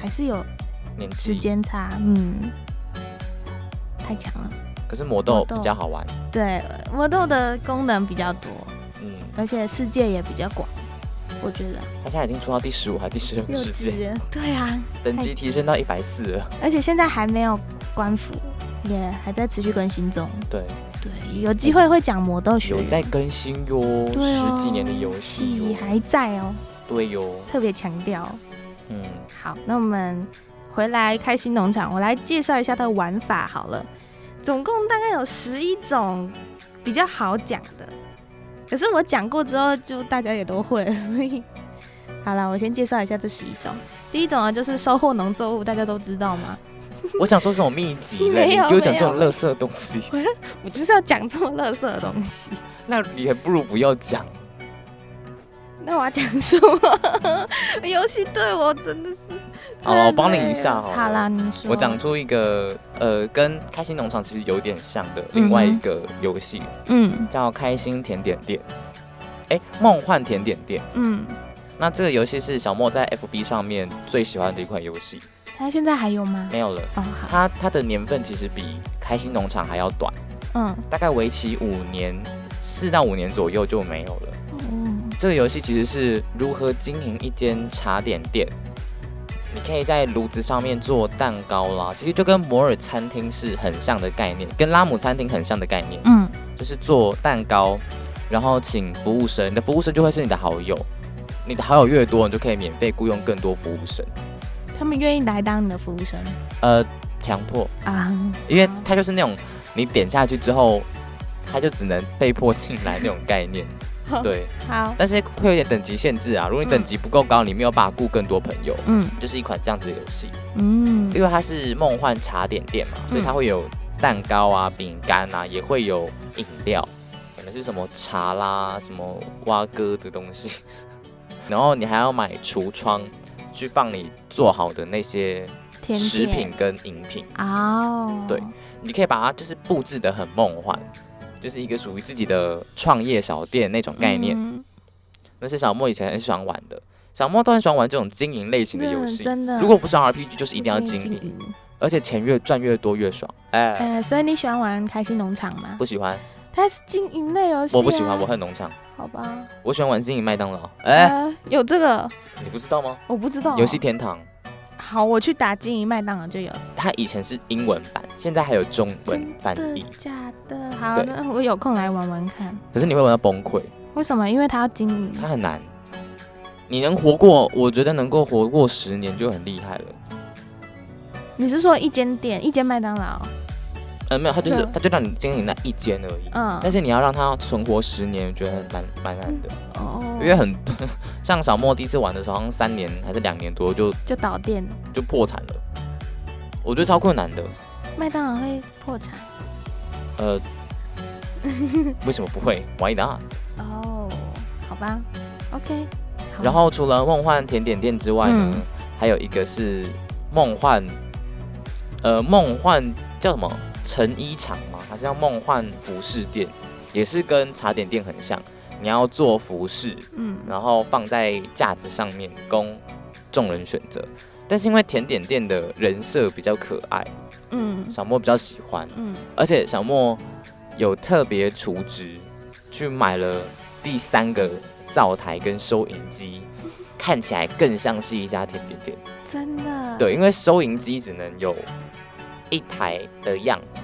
Speaker 4: 还是有
Speaker 3: 年纪
Speaker 4: 时。间差，嗯，太强了。
Speaker 3: 可是魔豆
Speaker 4: 魔豆
Speaker 3: 比较好玩，
Speaker 4: 对，魔豆的功能比较多，
Speaker 3: 嗯，
Speaker 4: 而且世界也比较广，我觉得
Speaker 3: 它现在已经出到第十五还第十六个
Speaker 4: 幼
Speaker 3: 世
Speaker 4: 稚
Speaker 3: 界，
Speaker 4: 园对啊，
Speaker 3: 等级提升到一百四了。
Speaker 4: 而且现在还没有官服，也还在持续更新中。
Speaker 3: 对，
Speaker 4: 对，有机会会讲魔豆学
Speaker 3: 有
Speaker 4: 院
Speaker 3: 在更新哟，
Speaker 4: 对哦
Speaker 3: 十几年的游戏
Speaker 4: 戏
Speaker 3: 哟，
Speaker 4: 还在哦，
Speaker 3: 对哟，
Speaker 4: 特别强调。
Speaker 3: 嗯，
Speaker 4: 好，那我们回来开心农场，我来介绍一下它的玩法好了。总共大概有十一种比较好讲的，可是我讲过之后，就大家也都会了，所以好了，我先介绍一下这十一种。第一种呢，就是收获农作物，大家都知道嘛。
Speaker 3: 我想说什么秘籍
Speaker 4: (laughs)
Speaker 3: 嘞？
Speaker 4: 没
Speaker 3: 你
Speaker 4: 有
Speaker 3: 给我讲这
Speaker 4: 没有
Speaker 3: 种垃圾东西，
Speaker 4: 我就是要讲这么垃圾的东西， (laughs)
Speaker 3: 那你还不如不要讲。
Speaker 4: 那我要讲什么？ (laughs) 游戏对我真的是
Speaker 3: 好了，我帮你一下好了。
Speaker 4: 好啦，你说。
Speaker 3: 我讲出一个呃，跟开心农场其实有点像的另外一个游戏，
Speaker 4: 嗯
Speaker 3: 叫开心甜点店，哎，梦幻甜点店。
Speaker 4: 嗯，
Speaker 3: 那这个游戏是小莫在 FB 上面最喜欢的一款游戏，
Speaker 4: 它现在还有吗？
Speaker 3: 没有了。
Speaker 4: 哦，好，
Speaker 3: 它它的年份其实比开心农场还要短，
Speaker 4: 嗯
Speaker 3: 大概为期五年，四到五年左右就没有了。
Speaker 4: 嗯。
Speaker 3: 这个游戏其实是如何经营一间茶点店。你可以在炉子上面做蛋糕啦，其实就跟摩尔餐厅是很像的概念，跟拉姆餐厅很像的概念，
Speaker 4: 嗯
Speaker 3: 就是做蛋糕，然后请服务生，你的服务生就会是你的好友，你的好友越多，你就可以免费雇佣更多服务生，，
Speaker 4: 他们愿意来当你的服务生
Speaker 3: 呃，强迫，
Speaker 4: 啊，，
Speaker 3: 因为它就是那种你点下去之后，它就只能被迫进来那种概念对，
Speaker 4: (laughs) 好，
Speaker 3: 但是会有点等级限制啊，如果你等级不够高，你没有办法雇更多朋友。
Speaker 4: 嗯
Speaker 3: 就是一款这样子的游戏，
Speaker 4: 嗯
Speaker 3: 因为它是梦幻茶点店嘛，所以它会有蛋糕啊、饼干啊，也会有饮料，可能是什么茶啦、什么蛙哥的东西。 (laughs) 然后你还要买橱窗去放你做好的那些
Speaker 4: 甜
Speaker 3: 食
Speaker 4: 点
Speaker 3: 品跟饮品，
Speaker 4: 哦，
Speaker 3: 对你可以把它就是布置得很梦幻，就是一个属于自己的创业小店那种概念。
Speaker 4: 嗯
Speaker 3: 那是小莫以前很喜欢玩的。小莫都很喜欢玩这种经营类型的游
Speaker 4: 嗯
Speaker 3: 戏。
Speaker 4: 真的。
Speaker 3: 如果不是 RPG，就是一定要经营，
Speaker 4: 营。
Speaker 3: 而且钱越赚越多越爽。哎、
Speaker 4: 呃，所以你喜欢玩开心农场吗？
Speaker 3: 不喜欢，
Speaker 4: 它是经营类游戏、啊。
Speaker 3: 我不喜欢，我。恨农场，
Speaker 4: 好吧。
Speaker 3: 我喜欢玩经营麦当劳。哎、
Speaker 4: 呃，有这个
Speaker 3: 你不知道吗？
Speaker 4: 我不知道。
Speaker 3: 游戏天堂，
Speaker 4: 好，我去打经营麦当劳就有。
Speaker 3: 它以前是英文版，现在还有中文翻
Speaker 4: 真的
Speaker 3: 译，
Speaker 4: 假的？好，
Speaker 3: 对
Speaker 4: 那我有空来玩玩看。
Speaker 3: 可是你会玩到崩溃，
Speaker 4: 为什么？因为它要经营。
Speaker 3: 它很难。你能活过，我觉得能够活过十年就很厉害了。
Speaker 4: 你是说一间店，一间麦当劳？
Speaker 3: 呃，没有，它就是
Speaker 4: 是啊
Speaker 3: 它就让你经营那一间而已。
Speaker 4: 嗯。
Speaker 3: 但是你要让它存活十年，我觉得很蛮蛮难的，
Speaker 4: 哦
Speaker 3: 因。为很像小莫第一次玩的时候，好像三年还是两年多就
Speaker 4: 就倒店，
Speaker 3: 就破产了，我觉得超困难的。
Speaker 4: 麦当劳会破产。
Speaker 3: 呃， (laughs) 为什么不会？Why not？
Speaker 4: 哦，好吧。OK 好。
Speaker 3: 然后除了梦幻甜点店之外呢，
Speaker 4: 嗯
Speaker 3: 还有一个是梦幻，呃，梦幻叫什么成衣厂吗？还是叫梦幻服饰店？也是跟茶点店很像，你要做服饰，
Speaker 4: 嗯。
Speaker 3: 然后放在架子上面供众人选择。但是因为甜点店的人设比较可爱，
Speaker 4: 嗯
Speaker 3: 小莫比较喜欢，
Speaker 4: 嗯。
Speaker 3: 而且小莫有特别储值去买了第三个灶台跟收银机，看起来更像是一家甜点店。
Speaker 4: 真的。。
Speaker 3: 对，因为收银机只能有一台的样子，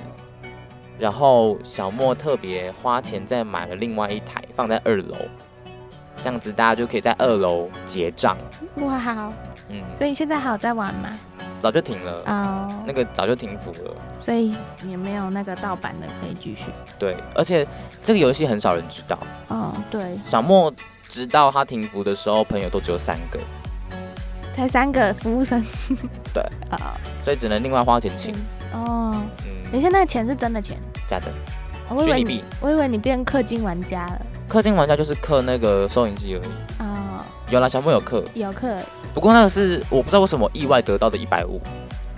Speaker 3: 然后小莫特别花钱再买了另外一台放在二楼，这样子大家就可以在二楼结账。
Speaker 4: 哇，
Speaker 3: 嗯，
Speaker 4: 所以现在还有在玩吗？
Speaker 3: 早就停了，
Speaker 4: 哦、
Speaker 3: 那个早就停服了。
Speaker 4: 所以也没有那个盗版的可以继续。
Speaker 3: 对，而且这个游戏很少人知道。
Speaker 4: 哦，对，
Speaker 3: 小莫直到他停服的时候，朋友都只有三个，
Speaker 4: 才三个服务生。
Speaker 3: 对。
Speaker 4: (laughs) 哦
Speaker 3: 所以只能另外花钱请。
Speaker 4: 哦，你
Speaker 3: 嗯，
Speaker 4: 现在钱是真的钱？
Speaker 3: 假的，
Speaker 4: 我以
Speaker 3: 虚
Speaker 4: 为
Speaker 3: 拟
Speaker 4: 你，
Speaker 3: 币。
Speaker 4: 我以为你变氪金玩家了。
Speaker 3: 氪金玩家就是氪那个收银机而已。
Speaker 4: 哦，
Speaker 3: 有啦，小莫有氪，
Speaker 4: 有氪，
Speaker 3: 不过那个是我不知道为什么意外得到的一百五。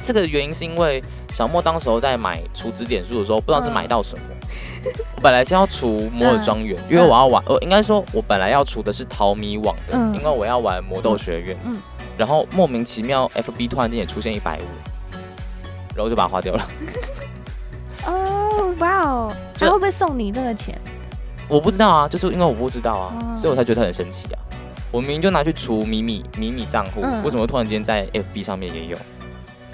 Speaker 3: 这个原因是因为小莫当时候在买储值点数的时候，不知道是买
Speaker 4: (laughs)
Speaker 3: 到什么。我本来是要除摩尔庄
Speaker 4: 嗯
Speaker 3: 园，因为我要玩，呃，应该说我本来要除的是淘米网的，
Speaker 4: 嗯
Speaker 3: 因为我要玩魔斗学院。
Speaker 4: 嗯嗯
Speaker 3: 然后莫名其妙，FB 突然间也出现一百五，然后我就把它花掉了。
Speaker 4: 哦，哇哦，他
Speaker 3: 就
Speaker 4: 会不会送你这个钱？
Speaker 3: 我不知道啊，就是因为我不知道啊，
Speaker 4: 哦
Speaker 3: 所以我才觉得很神奇啊。我明明就拿去除米米米米账户，
Speaker 4: 嗯
Speaker 3: 为什么突然间在 FB 上面也有？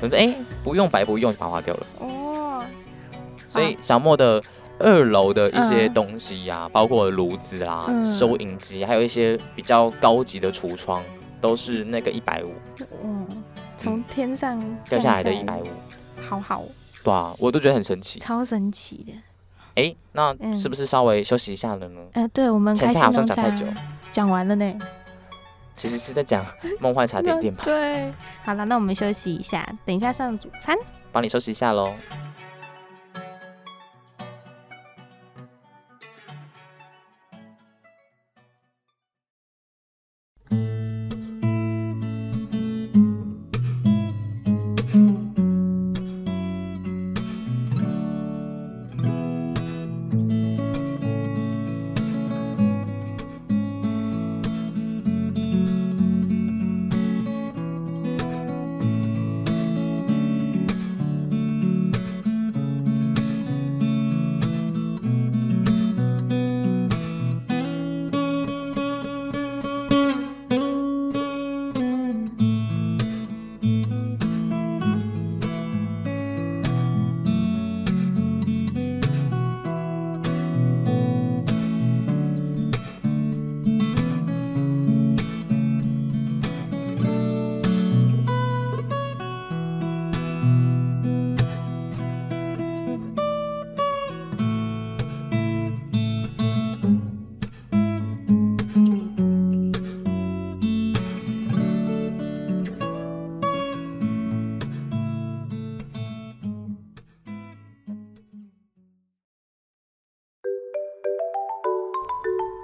Speaker 3: 我说哎、不用白不用，就把它花掉了。
Speaker 4: 哦，
Speaker 3: 所以小莫的二楼的一些
Speaker 4: 嗯
Speaker 3: 东西呀、包括炉子啦、
Speaker 4: 嗯
Speaker 3: 收银机，还有一些比较高级的橱窗，都是那个一百五
Speaker 4: 嗯，从天上
Speaker 3: 掉
Speaker 4: 降嗯
Speaker 3: 下来的一百五。
Speaker 4: 好好，
Speaker 3: 对啊，我都觉得很神奇。
Speaker 4: 超神奇的。
Speaker 3: 哎、那
Speaker 4: 嗯
Speaker 3: 是不是稍微休息一下了呢？
Speaker 4: 呃，对我们
Speaker 3: 前
Speaker 4: 开
Speaker 3: 菜
Speaker 4: 心
Speaker 3: 好像
Speaker 4: 农
Speaker 3: 讲太久，
Speaker 4: 场讲完了呢。
Speaker 3: 其实是在讲梦幻茶点店
Speaker 4: (laughs)
Speaker 3: 吧，
Speaker 4: 对，好了，那我们休息一下，等一下上主餐。
Speaker 3: 帮你休息一下喽。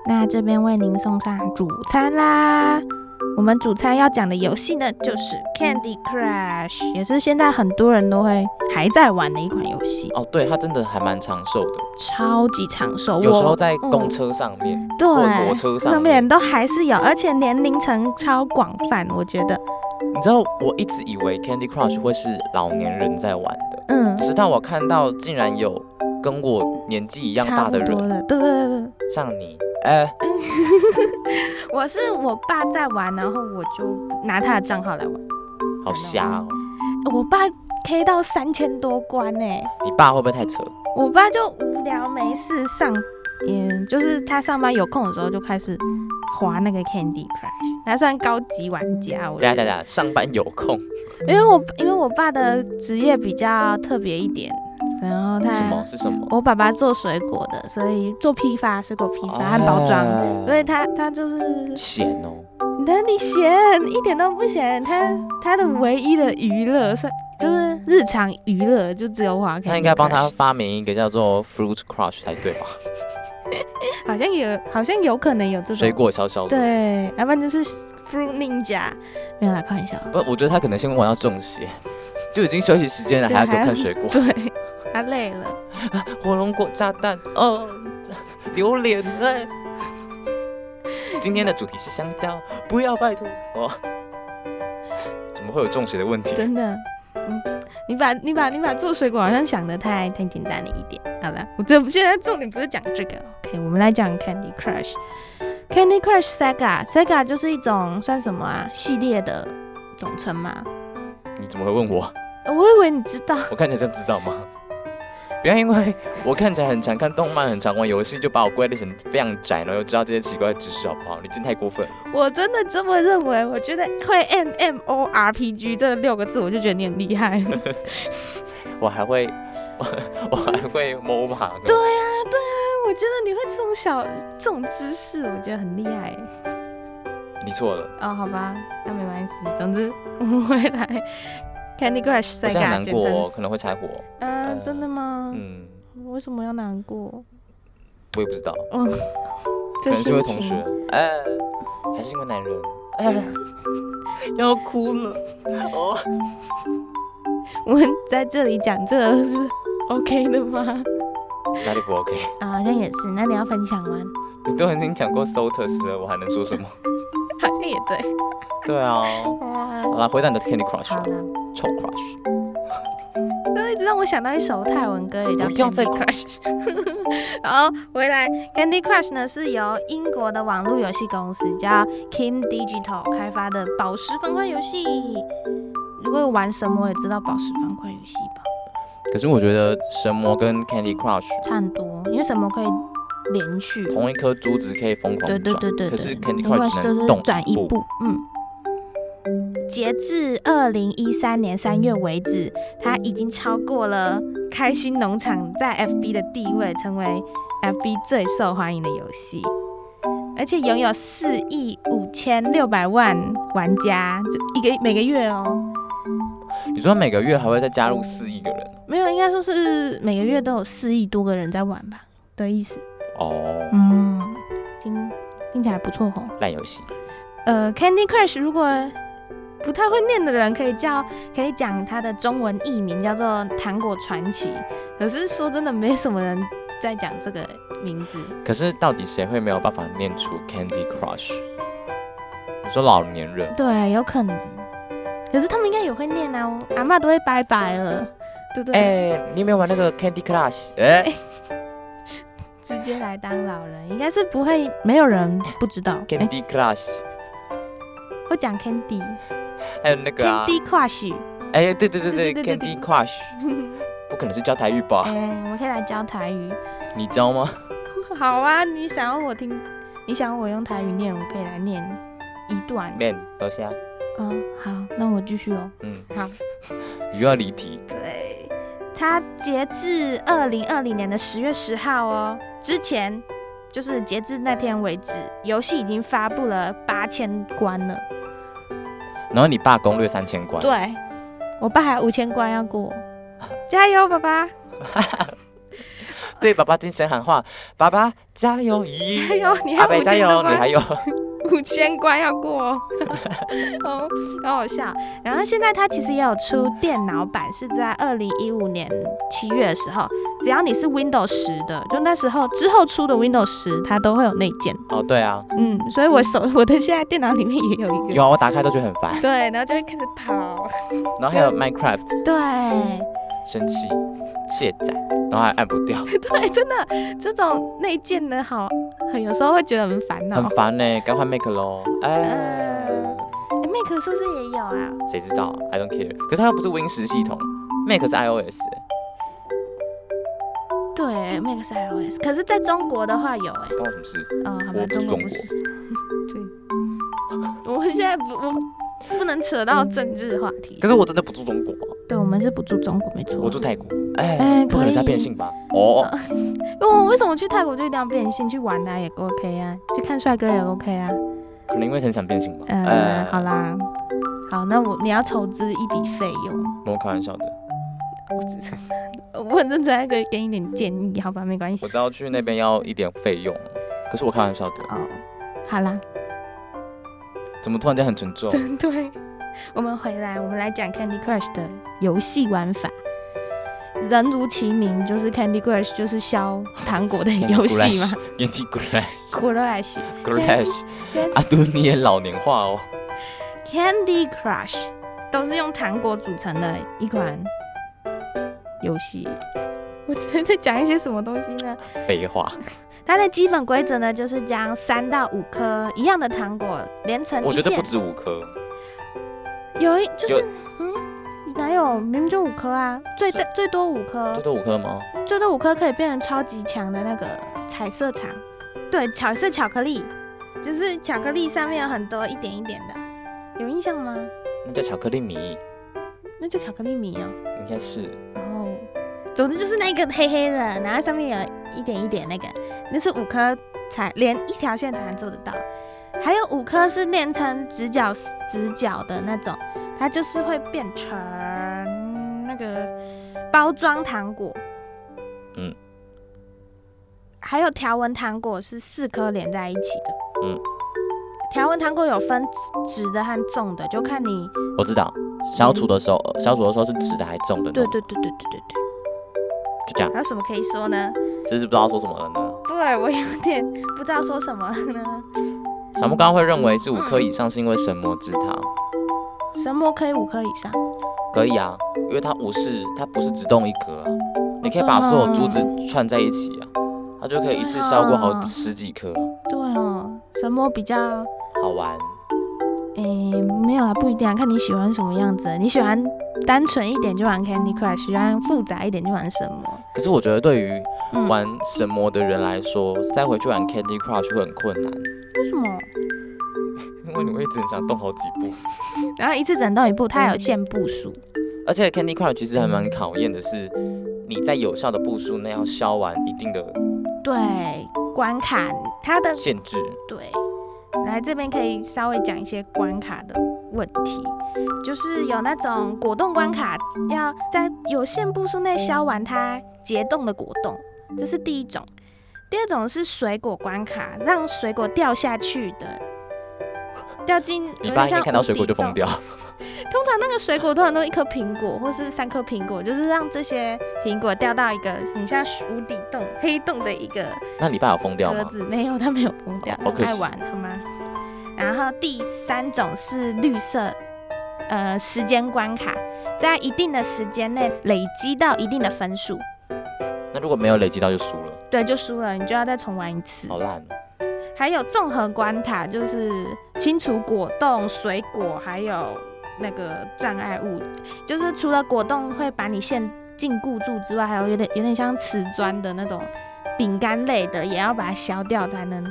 Speaker 4: 那这边为您送上主餐啦。我们主菜要讲的游戏呢，就是 Candy Crush，也是现在很多人都会还在玩的一款游戏，
Speaker 3: 哦，对，它真的还蛮长寿的，
Speaker 4: 超级长寿。
Speaker 3: 有时
Speaker 4: 我
Speaker 3: 候在公
Speaker 4: 嗯
Speaker 3: 车上面，
Speaker 4: 对
Speaker 3: 或摩托上
Speaker 4: 那
Speaker 3: 面
Speaker 4: 边都还是有，而且年龄层超广泛，我觉得，
Speaker 3: 你知道我一直以为 Candy Crush 会是老年人在玩的，
Speaker 4: 嗯，
Speaker 3: 直到我看到竟然有跟我年纪一样大的
Speaker 4: 差不多
Speaker 3: 人，
Speaker 4: 的，对对对对。
Speaker 3: 像你，哎、
Speaker 4: 我是我爸在玩，然后我就拿他的账号来玩，
Speaker 3: 好瞎哦！
Speaker 4: 我爸 K 到三千多关呢、
Speaker 3: 你爸会不会太扯？
Speaker 4: 我爸就无聊没事上，嗯，就是他上班有空的时候就开始划那个 Candy Crush，他算高级玩家。我
Speaker 3: 等
Speaker 4: 觉
Speaker 3: 一下等
Speaker 4: 得
Speaker 3: 一下，上班有空，
Speaker 4: 因为我因为我爸的职业比较特别一点，然后他
Speaker 3: 什么是什么？
Speaker 4: 我爸爸做水果的，所以做批发水果批发和包装，
Speaker 3: 哦
Speaker 4: 所以他他就是
Speaker 3: 闲哦，
Speaker 4: 那你闲一点都不闲，他他的唯一的娱乐是就是日常娱乐就只有滑 Candy Crush。
Speaker 3: 那应该帮他发明一个叫做 Fruit Crush 才对吧？
Speaker 4: 好像有，好像有可能有这种
Speaker 3: 水果小小的，
Speaker 4: 对，要不然就是 Fruit Ninja，没有啦，开玩笑。
Speaker 3: 不，我觉得他可能先玩到中邪，就已经休息时间了，
Speaker 4: 对
Speaker 3: 还要给我
Speaker 4: 还要
Speaker 3: 看水果，
Speaker 4: 对，他累了。
Speaker 3: 火龙果炸弹，哦，榴莲哎。今天的主题是香蕉，不要拜托哦。怎么会有中邪的问题？
Speaker 4: 真的。嗯，你把你把你把做水果好像想的太太简单了一点，好吧？我这现在重点不是讲这个，OK？我们来讲 Candy Crush。Candy Crush Sega Sega 就是一种算什么啊系列的总称嘛？
Speaker 3: 你怎么会问我？
Speaker 4: 呃我以为你知道，
Speaker 3: 我看起来像知道吗？不要因为我看起来很常看动漫、很常玩游戏，就把我归类成非常宅，然后又知道这些奇怪的知识，好不好？你真太过分了。
Speaker 4: (laughs) 我真的这么认为。我觉得会 M M O R P G 这六个字，我就觉得你很厉 (laughs) 害了。
Speaker 3: 我还会， (laughs) 我我还会摸马。对，
Speaker 4: 我觉得你会这种小这种知识，我觉得很厉害耶。
Speaker 3: 你错了，
Speaker 4: 哦，好吧，那没关系。总之，我们回来 (laughs) Candy Crush
Speaker 3: 我
Speaker 4: 再
Speaker 3: 现在
Speaker 4: 看
Speaker 3: 很难过、哦，可能会拆火。
Speaker 4: 嗯、真的吗？
Speaker 3: 嗯，
Speaker 4: 为什么要难过？
Speaker 3: 我也不知道，
Speaker 4: 嗯，
Speaker 3: 可
Speaker 4: 这
Speaker 3: 能是因为
Speaker 4: 心情
Speaker 3: 同学，哎、还是因为男人，
Speaker 4: (laughs)
Speaker 3: 哎、要哭了。哦，
Speaker 4: 我们在这里讲这个是 OK 的吗？
Speaker 3: 哪里不 OK？
Speaker 4: 啊，好像也是。那你要分享吗？
Speaker 3: 你都已经讲过 Sotus 了，我还能说什么？
Speaker 4: 好像 (laughs) 也对。
Speaker 3: (laughs) 对啊。
Speaker 4: 啊，
Speaker 3: 好啦，回到你的 Candy
Speaker 4: 好
Speaker 3: Crush，
Speaker 4: 了，
Speaker 3: 臭 Crush。
Speaker 4: 那一直让我想到一首泰文歌，也叫
Speaker 3: 不要再
Speaker 4: Candy Crush。然后回来，Candy Crush 呢是由英国的网络游戏公司叫 Kim Digital 开发的宝石方块游戏。如果有玩神魔，也知道宝石方块游戏吧，
Speaker 3: 可是我觉得神魔跟 Candy Crush
Speaker 4: 差很多，因为神魔可以连续。
Speaker 3: 同一颗珠子可以疯狂
Speaker 4: 对
Speaker 3: 转，
Speaker 4: 对对对对，
Speaker 3: 可是 Candy
Speaker 4: 没关
Speaker 3: Crush
Speaker 4: 系
Speaker 3: 只
Speaker 4: 就
Speaker 3: 能
Speaker 4: 是
Speaker 3: 动
Speaker 4: 转一
Speaker 3: 步。
Speaker 4: 步，嗯。截至二零一三年三月为止，它已经超过了开心农场在 FB 的地位，成为 FB 最受欢迎的游戏，而且拥有四亿五千六百万玩家，这一个每个月哦，
Speaker 3: 你说每个月还会再加入四亿个人
Speaker 4: 没有，应该说是每个月都有四亿多个人在玩吧的意思。
Speaker 3: 哦，
Speaker 4: 嗯，听听起来不错哦。
Speaker 3: 烂游戏。
Speaker 4: 呃，Candy Crush 如果不太会念的人，可以叫可以讲它的中文译名叫做《糖果传奇》，可是说真的，没什么人在讲这个名字。
Speaker 3: 可是到底谁会没有办法念出 Candy Crush？你说老年人，
Speaker 4: 对，有可能。可是他们应该也会念啊，我阿嬷都会拜拜了，对不对？
Speaker 3: (laughs) 哎、你有没有玩那个 Candy (laughs) Crush？哎、
Speaker 4: 直接来当老人，应该是不会，没有人不知道。
Speaker 3: c a
Speaker 4: 哎
Speaker 3: n d y Crush，
Speaker 4: 会讲 Candy、
Speaker 3: 还有那个啊，
Speaker 4: Candy Crush。
Speaker 3: 哎、对对对
Speaker 4: 对
Speaker 3: 对
Speaker 4: 对对对
Speaker 3: ，Candy (laughs) Crush，不可能是教台语吧
Speaker 4: 哎、？我们可以来教台语。 (laughs)
Speaker 3: 你教吗？
Speaker 4: 好啊，你想要我听，你想要我用台语念，我可以来念一段。
Speaker 3: 面多下，
Speaker 4: 嗯，好，那我继续哦。
Speaker 3: 嗯，
Speaker 4: 好，
Speaker 3: 又要离题，
Speaker 4: 对，它截至二零二零年的十月十号哦，之前就是截至那天为止，游戏已经发布了八千关了。
Speaker 3: 然后你爸攻略三千关，
Speaker 4: 对，我爸还有五千关要过，加油，爸爸， (laughs)
Speaker 3: 对爸爸精神喊话，爸爸加油！咦
Speaker 4: 加油，你还
Speaker 3: 阿
Speaker 4: 有
Speaker 3: 北
Speaker 4: 五
Speaker 3: (laughs) 加
Speaker 4: 千
Speaker 3: 油，
Speaker 4: 多
Speaker 3: 你
Speaker 4: 关。
Speaker 3: 还有
Speaker 4: 五千关要过哦， (laughs) 哦，好好笑。然后现在它其实也有出电脑版，是在二零一五年七月的时候，只要你是 Windows 十的，就那时候之后出的 Windows 十，它都会有内建。
Speaker 3: (laughs) 哦，对啊，
Speaker 4: 嗯，所以我手我的现在电脑里面也有一个。
Speaker 3: 有啊，我打开都觉得很烦。
Speaker 4: 对，然后就会开始跑。
Speaker 3: 然后还有 Minecraft，
Speaker 4: 对，
Speaker 3: 生气，卸载，然后还按不 (laughs) 掉，
Speaker 4: 对， (laughs) 真的这种内建的好，有时候会觉得很烦恼
Speaker 3: 很。烦呢、赶快 Make 咯。哎，
Speaker 4: 哎，Mac 是不是也有啊？
Speaker 3: 谁知道？I don't care。可是它又不是 Win 十系统，Make 是 iOS 欸、
Speaker 4: 对，Mac 是 iOS，可是在中国的话有哎、
Speaker 3: 关我什么事？
Speaker 4: 嗯、好
Speaker 3: 我
Speaker 4: 吧，中
Speaker 3: 不
Speaker 4: 国
Speaker 3: 是中
Speaker 4: 不是。 (laughs) 对，我们现在不，我不能扯到政治话题。
Speaker 3: 可是我真的不住中国，
Speaker 4: 对，我们是不住中国，没错。
Speaker 3: 我住泰国。哦哎、
Speaker 4: 哎呃
Speaker 3: 不可能是它
Speaker 4: 可以
Speaker 3: 变性吧？哦，
Speaker 4: 因为我为什么去泰国就一定要变性？去玩啊也 OK 啊，去看帅哥也 OK 啊。
Speaker 3: 可能因为很想变性吧。
Speaker 4: 嗯、
Speaker 3: 哎
Speaker 4: 好，啦，好，那我你要筹资一笔费用，
Speaker 3: 我开玩笑的。
Speaker 4: 我只是我很认真在给给你一点建议，好吧，没关系
Speaker 3: 我。知道去那边要一点费用，可是我开玩笑的。
Speaker 4: 哦，好啦，
Speaker 3: 怎么突然间很沉重？
Speaker 4: (laughs) 对，我们回来，我们来讲 Candy Crush 的游戏玩法。人如其名，就是 Candy Crush，就是削糖
Speaker 3: (laughs)
Speaker 4: 果的游戏嘛。
Speaker 3: ？Candy Crush，Candy
Speaker 4: (laughs) Crush
Speaker 3: Crush，
Speaker 4: 跟
Speaker 3: 阿杜你也老年化哦。
Speaker 4: Candy Crush 都是用糖果组成的一款游戏。我今天在讲一些什么东西呢？
Speaker 3: 废话，
Speaker 4: 它的基本规则呢，就是将三到五颗一样的糖果连成
Speaker 3: 我
Speaker 4: 一
Speaker 3: 觉得
Speaker 4: 线
Speaker 3: 不，止五颗，
Speaker 4: 有一就是
Speaker 3: 有
Speaker 4: 嗯，哪有明明就五颗啊，最大最多五颗，
Speaker 3: 最多五颗吗？
Speaker 4: 最多五颗可以变成超级强的那个彩色糖，对，彩色巧克力，就是巧克力上面有很多一点一点的，有印象吗？
Speaker 3: 那叫巧克力米，
Speaker 4: 那叫巧克力米哦。
Speaker 3: 应该是
Speaker 4: 然后，总之就是那个黑黑的，然后上面有一点一点那个，那是五颗才连一条线才能做得到，还有五颗是连成直角直角的那种，它就是会变成那个包装糖果，
Speaker 3: 嗯，
Speaker 4: 还有条纹糖果是四颗连在一起的，
Speaker 3: 嗯。
Speaker 4: 条纹糖果有分直的和纵的，就看你
Speaker 3: 我知道。消除的时候，消除的时候是直的还是重的呢？
Speaker 4: 对对对对对对对，
Speaker 3: 就这样。
Speaker 4: 还有什么可以说呢？
Speaker 3: 只是不知道说什么了呢。
Speaker 4: 对我有点不知道说什么呢。
Speaker 3: 小木刚刚会认为是五颗以上，是因为神魔之塔。
Speaker 4: 神魔可以五颗以上，
Speaker 3: 可以啊，因为它不是它不是只动一格啊，你可以把所有珠子串在一起啊，它就可以一次烧过好十几颗，啊
Speaker 4: 对哦，神魔比较，
Speaker 3: 好玩。
Speaker 4: 诶、没有啊，不一定啊，看你喜欢什么样子。你喜欢单纯一点就玩 Candy Crush，喜欢复杂一点就玩神魔。
Speaker 3: 可是我觉得对于
Speaker 4: 嗯，
Speaker 3: 玩神魔的人来说，再回去玩 Candy Crush 会很困难，
Speaker 4: 为什么？
Speaker 3: 因为你会一直很想动好几步。
Speaker 4: 然后一次整动一步，它有限步数。
Speaker 3: 而且 Candy Crush 其实还蛮考验的是，你在有效的步数内要消完一定的
Speaker 4: 对，关卡它的
Speaker 3: 限制。
Speaker 4: 对，来这边可以稍微讲一些关卡的问题，就是有那种果冻关卡，要在有限步数内消完它结冻的果冻，这是第一种。第二种是水果关卡，让水果掉下去的，掉进
Speaker 3: 你
Speaker 4: 有点
Speaker 3: 爸应该
Speaker 4: 像
Speaker 3: 看到
Speaker 4: 无
Speaker 3: 水果
Speaker 4: 底
Speaker 3: 就疯
Speaker 4: 洞
Speaker 3: 掉，
Speaker 4: 通常那个水果通常都一颗苹果或是三颗苹果，就是让这些苹果掉到一个很像无底洞、黑洞的一个
Speaker 3: 那你爸有疯掉
Speaker 4: 鸽
Speaker 3: 吗？哦
Speaker 4: 子没有，它没有崩掉，
Speaker 3: 好可
Speaker 4: 很爱
Speaker 3: 惜
Speaker 4: 玩好吗？然后第三种是绿色，呃，时间关卡，在一定的时间内累积到一定的分数，
Speaker 3: 那如果没有累积到就输了，
Speaker 4: 对，就输了，你就要再重玩一次。
Speaker 3: 好烂哦。
Speaker 4: 还有综合关卡，就是清除果冻、水果，还有那个障碍物，就是除了果冻会把你限禁锢住之外，还有有点有点像瓷砖的那种饼干类的，也要把它削掉才能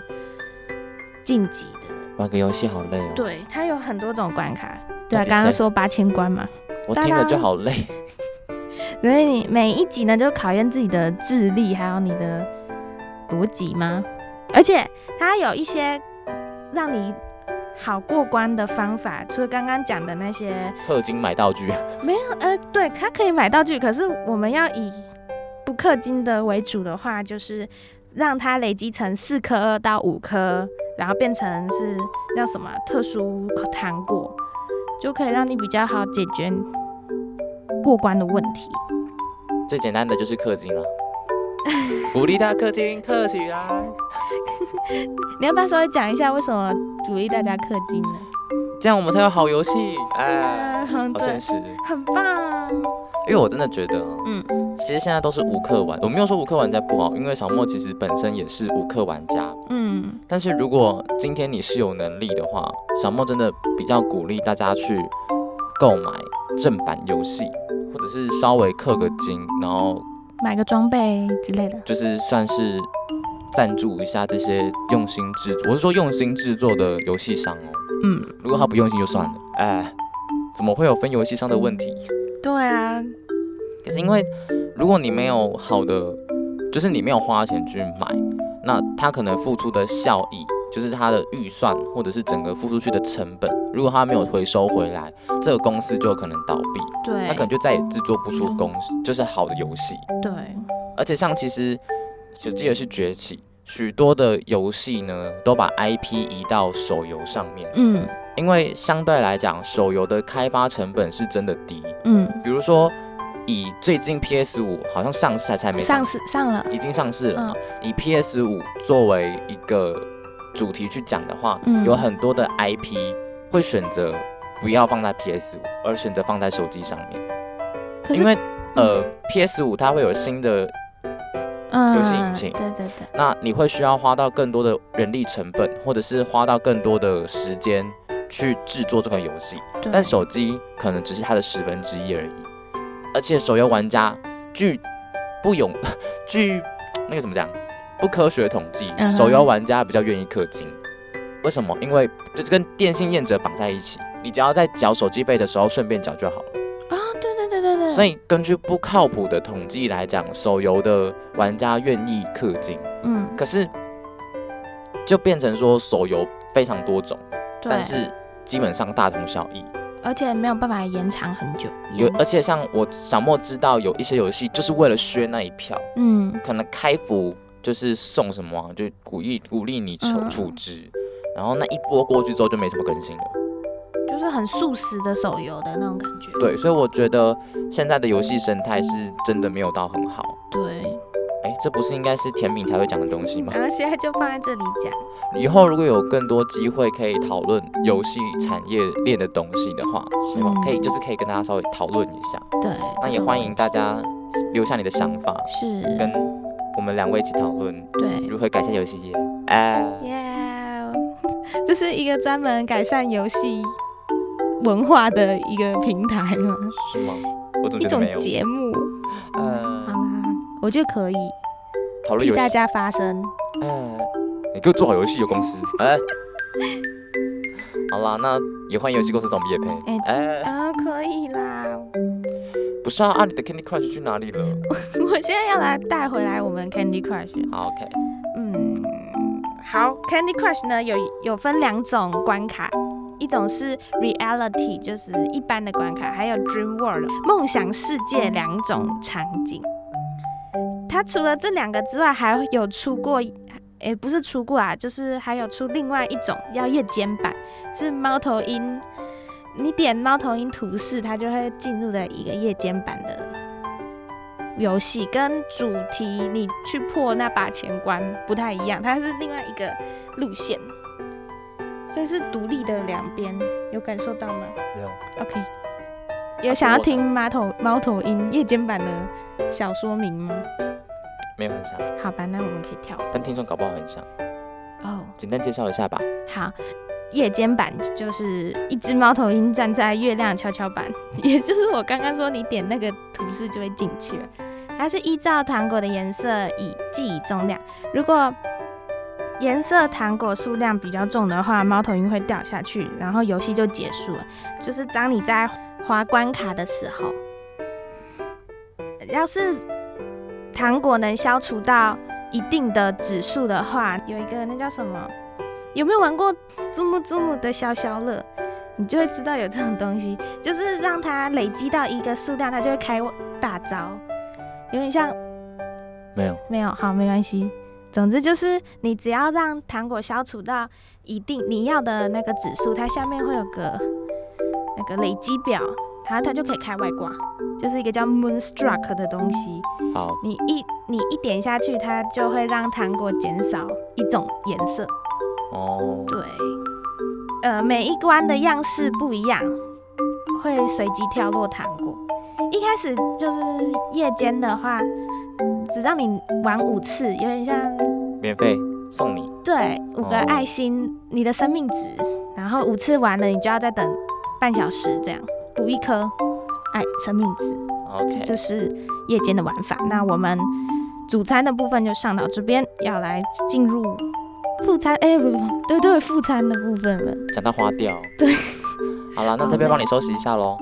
Speaker 4: 晋级的。
Speaker 3: 玩个游戏好累哦。
Speaker 4: 对，它有很多种关卡。对
Speaker 3: 到
Speaker 4: 啊，
Speaker 3: 底
Speaker 4: 刚刚
Speaker 3: 谁
Speaker 4: 说八千关嘛，
Speaker 3: 我听了就好累。
Speaker 4: 所以你每一集呢，就考验自己的智力，还有你的逻辑吗？而且它有一些让你好过关的方法，除了刚刚讲的那些，
Speaker 3: 氪金买道具，
Speaker 4: 呃，对，它可以买道具，可是我们要以不氪金的为主的话，就是让它累积成四颗到五颗然后变成是那叫什么啊特殊糖果，就可以让你比较好解决过关的问题。
Speaker 3: (laughs) 最简单的就是
Speaker 4: (laughs)
Speaker 3: 氪金了，鼓励大家氪金，氪起来。
Speaker 4: 你要不要稍微讲一下为什么鼓励大家氪金呢？
Speaker 3: 这样我们才有好游戏。哎，
Speaker 4: 啊，很
Speaker 3: 好
Speaker 4: 对
Speaker 3: 现，实。
Speaker 4: 很棒。
Speaker 3: 因为我真的觉得，
Speaker 4: 嗯，
Speaker 3: 其实现在都是无氪玩，我没有说无氪玩家不好，因为小莫其实本身也是无氪玩家。
Speaker 4: 嗯，
Speaker 3: 但是如果今天你是有能力的话，小莫真的比较鼓励大家去购买正版游戏，或者是稍微氪个金，然后
Speaker 4: 买个装备之类的。
Speaker 3: 就是算是赞助一下这些用心制作，我是说用心制作的游戏商哦。
Speaker 4: 嗯，
Speaker 3: 如果他不用心就算了，哎，怎么会有分游戏商的问题？
Speaker 4: 对啊，
Speaker 3: 可是因为如果你没有好的，就是你没有花钱去买，那他可能付出的效益，就是他的预算或者是整个付出去的成本，如果他没有回收回来，这个公司就有可能倒闭，
Speaker 4: 对，
Speaker 3: 他可能就再也制作不出公司就是好的游戏。
Speaker 4: 对，
Speaker 3: 而且像其实手机游戏崛起，许多的游戏呢都把 IP 移到手游上面，
Speaker 4: 嗯
Speaker 3: 因为相对来讲，手游的开发成本是真的低。
Speaker 4: 嗯，
Speaker 3: 比如说，以最近 PS 五好像上市还才没
Speaker 4: 上
Speaker 3: 市，
Speaker 4: 市嗯上了，
Speaker 3: 已经上市了嘛。以 PS 五作为一个主题去讲的话，
Speaker 4: 嗯
Speaker 3: 有很多的 IP 会选择不要放在 PS 五，而选择放在手机上面，
Speaker 4: 可是
Speaker 3: 因为呃 PS 五它会有新的，
Speaker 4: 嗯，
Speaker 3: 游戏引擎
Speaker 4: 对对对，
Speaker 3: 那你会需要花到更多的人力成本，或者是花到更多的时间去制作这款游戏。
Speaker 4: 对
Speaker 3: 但手机可能只是它的十分之一而已。而且手游玩家据不勇 (laughs) 据那个怎么讲不科学统计
Speaker 4: 嗯，哼
Speaker 3: 手游玩家比较愿意氪金。为什么？因为这就跟电信业者绑在一起，你只要在缴手机费的时候顺便缴就好了。
Speaker 4: 啊，对对对对对，
Speaker 3: 所以根据不靠谱的统计来讲，手游的玩家愿意氪金，
Speaker 4: 嗯，
Speaker 3: 可是就变成说手游非常多种，
Speaker 4: 对，
Speaker 3: 但是基本上大同小异。
Speaker 4: 而且没有办法延长很久，
Speaker 3: 有，而且像我小莫知道有一些游戏就是为了削那一票，
Speaker 4: 嗯
Speaker 3: 可能开服就是送什么啊、就鼓励鼓励你处
Speaker 4: 嗯
Speaker 3: 处置，然后那一波过去之后就没什么更新了。
Speaker 4: 就是很速食的手游的那种感觉，
Speaker 3: 对，所以我觉得现在的游戏生态是真的没有到很好。
Speaker 4: 对，
Speaker 3: 哎，这不是应该是甜饼才会讲的东西吗？
Speaker 4: 然后现在就放在这里讲，
Speaker 3: 以后如果有更多机会可以讨论游戏产业链的东西的话，希望
Speaker 4: 嗯
Speaker 3: 可以就是可以跟大家稍微讨论一下。
Speaker 4: 对，
Speaker 3: 那
Speaker 4: 这
Speaker 3: 也
Speaker 4: 个
Speaker 3: 欢
Speaker 4: 我
Speaker 3: 迎大家留下你的想法，
Speaker 4: 是，
Speaker 3: 跟我们两位一起讨论
Speaker 4: 对。
Speaker 3: 如何改善游戏业。哎、
Speaker 4: 耶！ (laughs) 这是一个专门改善游戏文化的一个平台吗？
Speaker 3: 是吗？我总
Speaker 4: 一
Speaker 3: 觉得
Speaker 4: 种
Speaker 3: 没有。
Speaker 4: 节目。好
Speaker 3: 呃，
Speaker 4: 啦，我觉得可以
Speaker 3: 讨论
Speaker 4: 替
Speaker 3: 游戏
Speaker 4: 大。家发声。
Speaker 3: 呃，你给我做好游戏有公
Speaker 4: (laughs)
Speaker 3: 司。哎、好啦，那也欢迎游戏公司找我们叶配
Speaker 4: 哎。
Speaker 3: 哎、
Speaker 4: 啊，可以啦！
Speaker 3: 不是啊，啊你的 Candy Crush 去哪里了
Speaker 4: (laughs) 我现在要来带回来我们 Candy Crush。
Speaker 3: 好？OK，
Speaker 4: 嗯，好，Candy Crush 呢有有分两种关卡。一种是 reality，就是一般的关卡，还有 dream world 梦想世界两种场景。它除了这两个之外，还有出过，诶，不是出过啊，就是还有出另外一种要夜间版，是猫头鹰，你点猫头鹰图示，它就会进入的一个夜间版的游戏，跟主题你去破那把钱关不太一样，它是另外一个路线，所以是独立的两边，有感受到吗
Speaker 3: 没有。
Speaker 4: ？OK，有想要听猫头猫头鹰夜间版的小说明吗？
Speaker 3: 没有很像，
Speaker 4: 好吧，那我们可以跳
Speaker 3: 但听众搞不好很像。
Speaker 4: 哦。
Speaker 3: 简单介绍一下吧。
Speaker 4: 好，夜间版就是一只猫头鹰站在月亮跷跷板， (laughs) 也就是我刚刚说你点那个图示就会进去了。它是依照糖果的颜色以计以重量，如果颜色糖果数量比较重的话，猫头鹰会掉下去，然后游戏就结束了。就是当你在滑关卡的时候，要是糖果能消除到一定的指数的话，有一个那叫什么？有没有玩过祖母祖母的消消乐？你就会知道有这种东西， (laughs) 就是让它累积到一个数量，它就会开大招，有点像
Speaker 3: 没有。
Speaker 4: 没有好没关系，总之就是，你只要让糖果消除到一定你要的那个指数，它下面会有个那个累积表，它它就可以开外挂，就是一个叫 Moonstruck 的东西。
Speaker 3: 好，
Speaker 4: 你一你一点下去，它就会让糖果减少一种颜色。
Speaker 3: 哦，
Speaker 4: 对，呃，每一关的样式不一样，会随机跳落糖果。一开始就是夜间的话，只让你玩五次，有点像
Speaker 3: 免费送你，
Speaker 4: 对五个
Speaker 3: 哦
Speaker 4: 爱心，你的生命值，然后五次完了，你就要再等半小时这样补一颗爱生命值。这
Speaker 3: 哦 OK，
Speaker 4: 就是夜间的玩法。那我们主餐的部分就上到这边，要来进入副餐，哎、不不不，对对，副餐的部分了。
Speaker 3: 讲到花掉，
Speaker 4: 对，
Speaker 3: (laughs) 好了，那这边帮你收拾一下喽。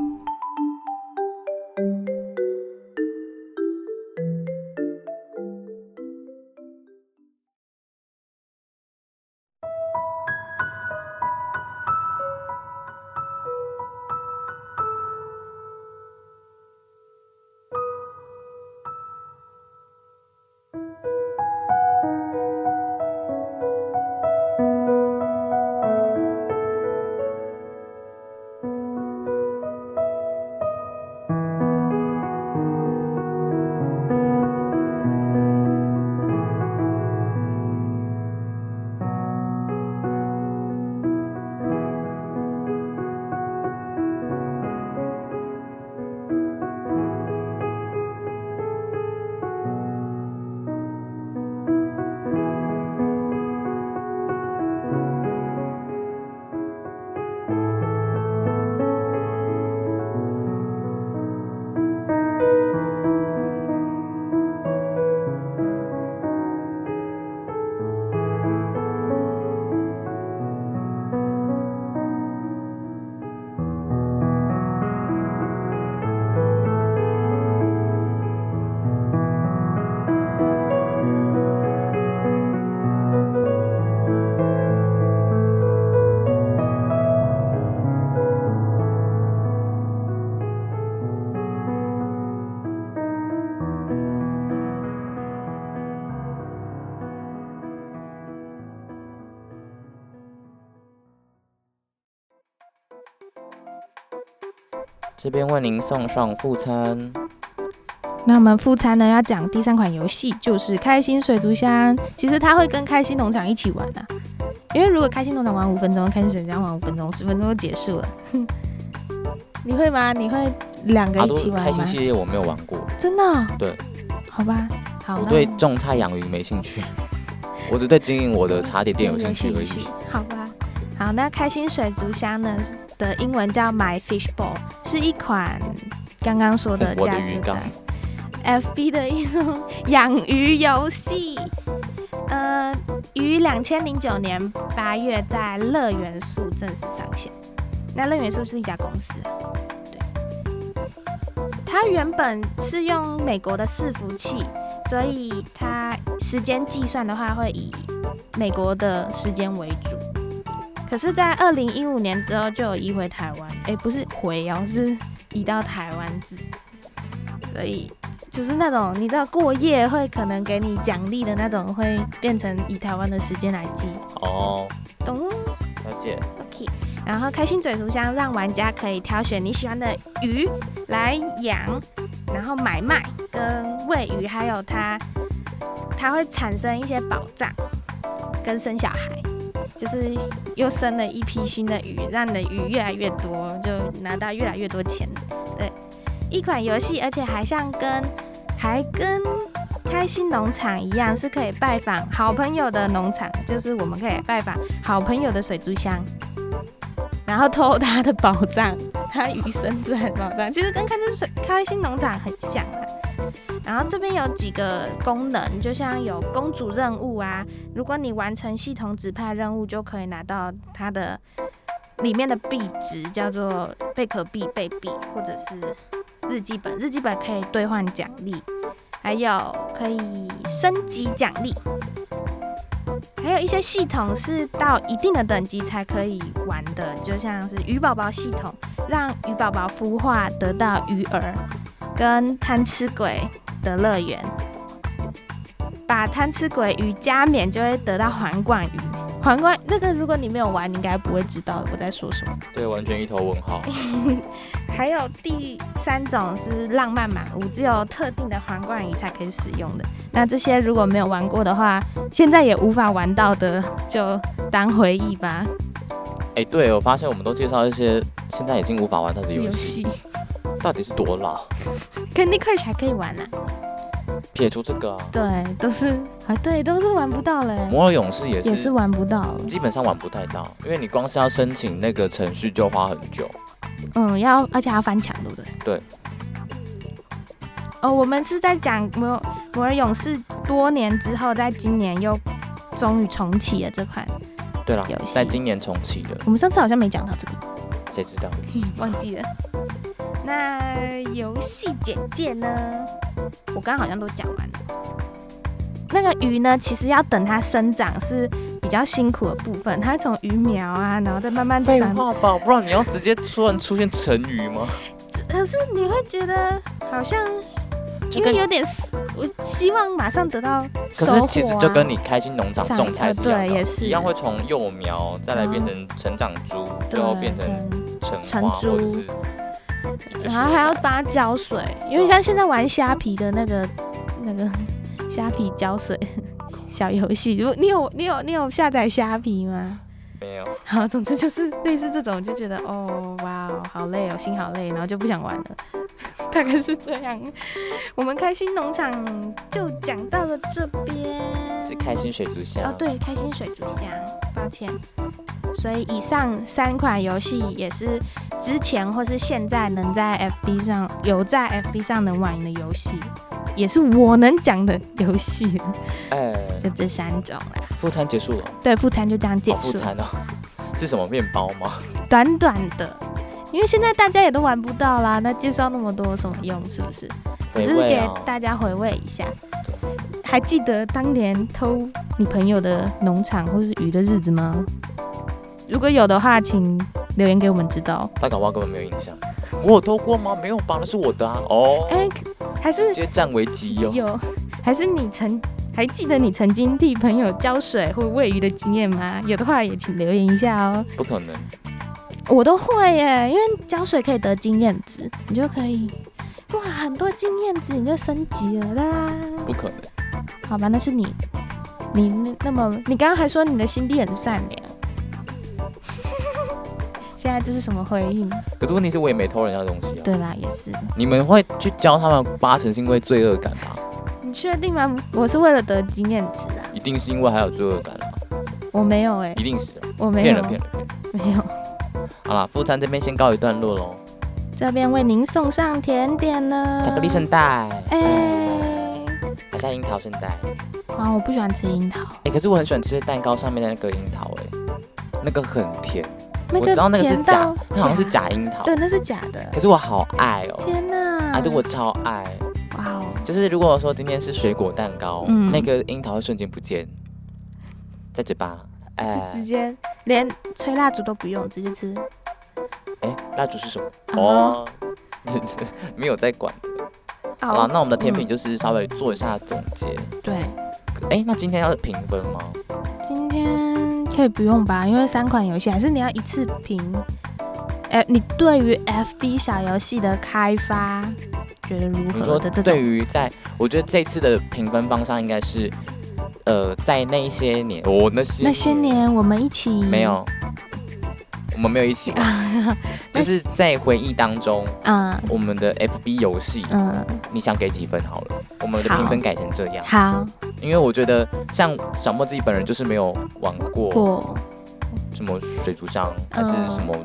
Speaker 3: 这边为您送上副餐，
Speaker 4: 那我们副餐呢要讲第三款游戏，就是开心水族箱。其实它会跟开心农场一起玩的、因为如果开心农场玩五分钟，开心水族箱玩五分钟，十分钟就结束了。 (laughs) 你会吗？你会两个
Speaker 3: 阿
Speaker 4: 一
Speaker 3: 都
Speaker 4: 起玩
Speaker 3: 开
Speaker 4: 吗
Speaker 3: 心？系列我没有玩过，
Speaker 4: 真的哦、
Speaker 3: 对，
Speaker 4: 好吧，好，
Speaker 3: 我
Speaker 4: 那
Speaker 3: 对种菜养鱼没兴 (laughs) 趣，我只对经营我的茶点店有兴趣而已。
Speaker 4: 好吧，好，那开心水族箱呢的英文叫 My Fish Bowl，是一款刚刚说的
Speaker 3: 我的
Speaker 4: 架
Speaker 3: 鱼
Speaker 4: 势
Speaker 3: 缸
Speaker 4: 的 FB 的一种养鱼游戏。呃，于两千零九年八月在乐元素正式上线。那乐元素是一家公司啊，对。它原本是用美国的伺服器，所以它时间计算的话会以美国的时间为主。可是，在二零一五年之后就有移回台湾，诶，不是回哦，是移到台湾制。所以就是那种你知道过夜会可能给你奖励的那种，会变成以台湾的时间来计，
Speaker 3: 哦，
Speaker 4: 懂
Speaker 3: 了解。
Speaker 4: ？OK。然后开心嘴图箱让玩家可以挑选你喜欢的鱼来养，然后买卖跟喂鱼，还有它它会产生一些宝藏，跟生小孩，就是又生了一批新的鱼，让你的鱼越来越多，就拿到越来越多钱。对，一款游戏，而且还像跟还跟开心农场一样，是可以拜访好朋友的农场，就是我们可以拜访好朋友的水族箱，然后偷他的宝藏，他鱼生出来的宝藏，其实跟开心水开心农场很像啊。然后这边有几个功能，就像有公主任务啊，如果你完成系统指派任务，就可以拿到它的里面的币值，叫做贝壳币、贝币，或者是日记本。日记本可以兑换奖励，还有可以升级奖励，还有一些系统是到一定的等级才可以玩的，就像是鱼宝宝系统，让鱼宝宝孵化得到鱼儿，跟贪吃鬼的乐园。把贪吃鬼鱼加冕，就会得到皇冠鱼。皇冠那个，如果你没有玩，你应该不会知道我在说什么。
Speaker 3: 对，完全一头问号。
Speaker 4: 还有第三种是浪漫满屋，只有特定的皇冠鱼才可以使用的。那这些如果没有玩过的话，现在也无法玩到的，就当回忆吧。
Speaker 3: 哎、对我发现我们都介绍一些现在已经无法玩到的游戏，到底是多老？
Speaker 4: Candy Crush 还可以玩啊，
Speaker 3: 撇除这个啊，
Speaker 4: 对，都是啊，对，都是玩不到嘞、
Speaker 3: 摩尔勇士也是，
Speaker 4: 也是玩不到了。
Speaker 3: 基本上玩不太到，因为你光是要申请那个程序就花很久。
Speaker 4: 嗯，要而且还要翻墙，对不对？
Speaker 3: 对。
Speaker 4: 哦，我们是在讲摩摩尔勇士多年之后，在今年又终于重启了这款。
Speaker 3: 对啦
Speaker 4: 游，戏
Speaker 3: 在今年重启的，
Speaker 4: 我们上次好像没讲到这个，
Speaker 3: 谁知道？
Speaker 4: (laughs) 忘记了。那游戏简介呢？我刚刚好像都讲完了。那个鱼呢，其实要等它生长是比较辛苦的部分，它会从鱼苗啊，然后再慢慢
Speaker 3: 废
Speaker 4: 长
Speaker 3: 话吧，不然你要直接突然出现成语
Speaker 4: (laughs)
Speaker 3: 吗？
Speaker 4: 可是你会觉得好像，
Speaker 3: 就
Speaker 4: 因为
Speaker 3: 跟
Speaker 4: 有点死，我希望马上得到收获、
Speaker 3: 可
Speaker 4: 啊。
Speaker 3: 是其实就跟你开心农场
Speaker 4: 上
Speaker 3: 种菜是一样
Speaker 4: 呃
Speaker 3: 的，
Speaker 4: 对也是
Speaker 3: 一样会从幼苗再来变成成长株，最后
Speaker 4: 对啊
Speaker 3: 变成
Speaker 4: 对
Speaker 3: 成花
Speaker 4: 成株
Speaker 3: 或者是。
Speaker 4: 然后还要帮它浇水，因为像现在玩虾皮的那个那个虾皮浇水小游戏，如你有你有你有下载虾皮吗？
Speaker 3: 没有，
Speaker 4: (laughs) 好，总之就是类似这种，就觉得哦哇哦，好累哦，心好累，然后就不想玩了， (laughs) 大概是这样。 (laughs) 我们开心农场就讲到了这边，
Speaker 3: 是开心水族箱。
Speaker 4: 哦，对，开心水族箱，抱歉。所以以上三款游戏也是之前或是现在能在 FB 上有在 FB 上能玩的游戏，也是我能讲的游戏，
Speaker 3: 哎，
Speaker 4: 就这三种啦。
Speaker 3: 副餐结束了，
Speaker 4: 对，副餐就这样结
Speaker 3: 好副
Speaker 4: 束，
Speaker 3: 餐哦，是什么面包吗？
Speaker 4: 短短的，因为现在大家也都玩不到啦，那介绍那么多有什么用？是不是？只
Speaker 3: 回
Speaker 4: 是
Speaker 3: 味
Speaker 4: 给
Speaker 3: 哦。
Speaker 4: 大家回味一下。还记得当年偷你朋友的农场或是鱼的日子吗？如果有的话，请留言给我们知道。
Speaker 3: 他搞不好根本没有印象。我有偷过吗？没有吧，那是我的啊。哦，
Speaker 4: 哎、还是
Speaker 3: 直接占为己有。
Speaker 4: 哎有，还是你曾还记得你曾经替朋友浇水或喂鱼的经验吗？有的话也请留言一下哦。
Speaker 3: 不可能，
Speaker 4: 我都会耶，因为浇水可以得经验值，你就可以哇，很多经验值你就升级了啦。
Speaker 3: 不可能。
Speaker 4: 好吧，那是你，你那那么，你刚刚还说你的心地很善
Speaker 3: (laughs)
Speaker 4: 良，现在这是什么回应？
Speaker 3: 可是问题是我也没偷人家的东西啊。
Speaker 4: 对啦，也是。
Speaker 3: 你们会去教他们，八成是因为罪恶感吧？
Speaker 4: 你确定吗？我是为了得经验值啊，
Speaker 3: 一定是因为还有罪恶感啊，
Speaker 4: 我没有哎、
Speaker 3: 一定是的
Speaker 4: 我没
Speaker 3: 骗
Speaker 4: 有
Speaker 3: 人，骗人骗人。
Speaker 4: 没有。
Speaker 3: 好啦，副餐这边先告一段落喽，
Speaker 4: 这边为您送上甜点呢，
Speaker 3: 巧克力圣代，
Speaker 4: 哎、
Speaker 3: 还是要樱桃圣代。
Speaker 4: 啊，我不喜欢吃樱桃，
Speaker 3: 哎、可是我很喜欢吃蛋糕上面的那个樱桃、哎，那个很甜，
Speaker 4: 那
Speaker 3: 我知道那
Speaker 4: 个
Speaker 3: 个是
Speaker 4: 甜
Speaker 3: 假
Speaker 4: 到，
Speaker 3: 它好像是，假樱桃，
Speaker 4: 对，那是假的。
Speaker 3: 可是我好爱哦、
Speaker 4: 天哪！
Speaker 3: 啊，对，我超爱。
Speaker 4: 哇哦，
Speaker 3: 就是如果说今天是水果蛋糕，
Speaker 4: 嗯
Speaker 3: 那个樱桃会瞬间不见，在嘴巴。哎、
Speaker 4: 是直接连吹蜡烛都不用，直接吃。
Speaker 3: 哎，蜡烛是什么？
Speaker 4: 啊
Speaker 3: 哦， (laughs) 没有在管。好啊啦，那我们的甜品
Speaker 4: 嗯
Speaker 3: 就是稍微做一下总结。
Speaker 4: 对。
Speaker 3: 哎、那今天要评分吗？
Speaker 4: 今天可以不用吧，因为三款游戏还是你要一次评。哎、你对于 FB 小游戏的开发觉得如
Speaker 3: 你
Speaker 4: 何
Speaker 3: 说
Speaker 4: 嗯的这
Speaker 3: 对
Speaker 4: 种？
Speaker 3: 于在，我觉得这次的评分方向应该是，呃，在那一些年，我、那些
Speaker 4: 那些年我们一起
Speaker 3: 没有，我们没有一起玩，
Speaker 4: (laughs)
Speaker 3: 就是在回忆当中，
Speaker 4: 嗯
Speaker 3: 我们的 FB 游戏，
Speaker 4: 嗯，
Speaker 3: 你想给几分好了？我们的评分改成这样，
Speaker 4: 好
Speaker 3: 因为我觉得像小莫自己本人就是没有玩过嗯
Speaker 4: 过
Speaker 3: 什么水族箱还是什么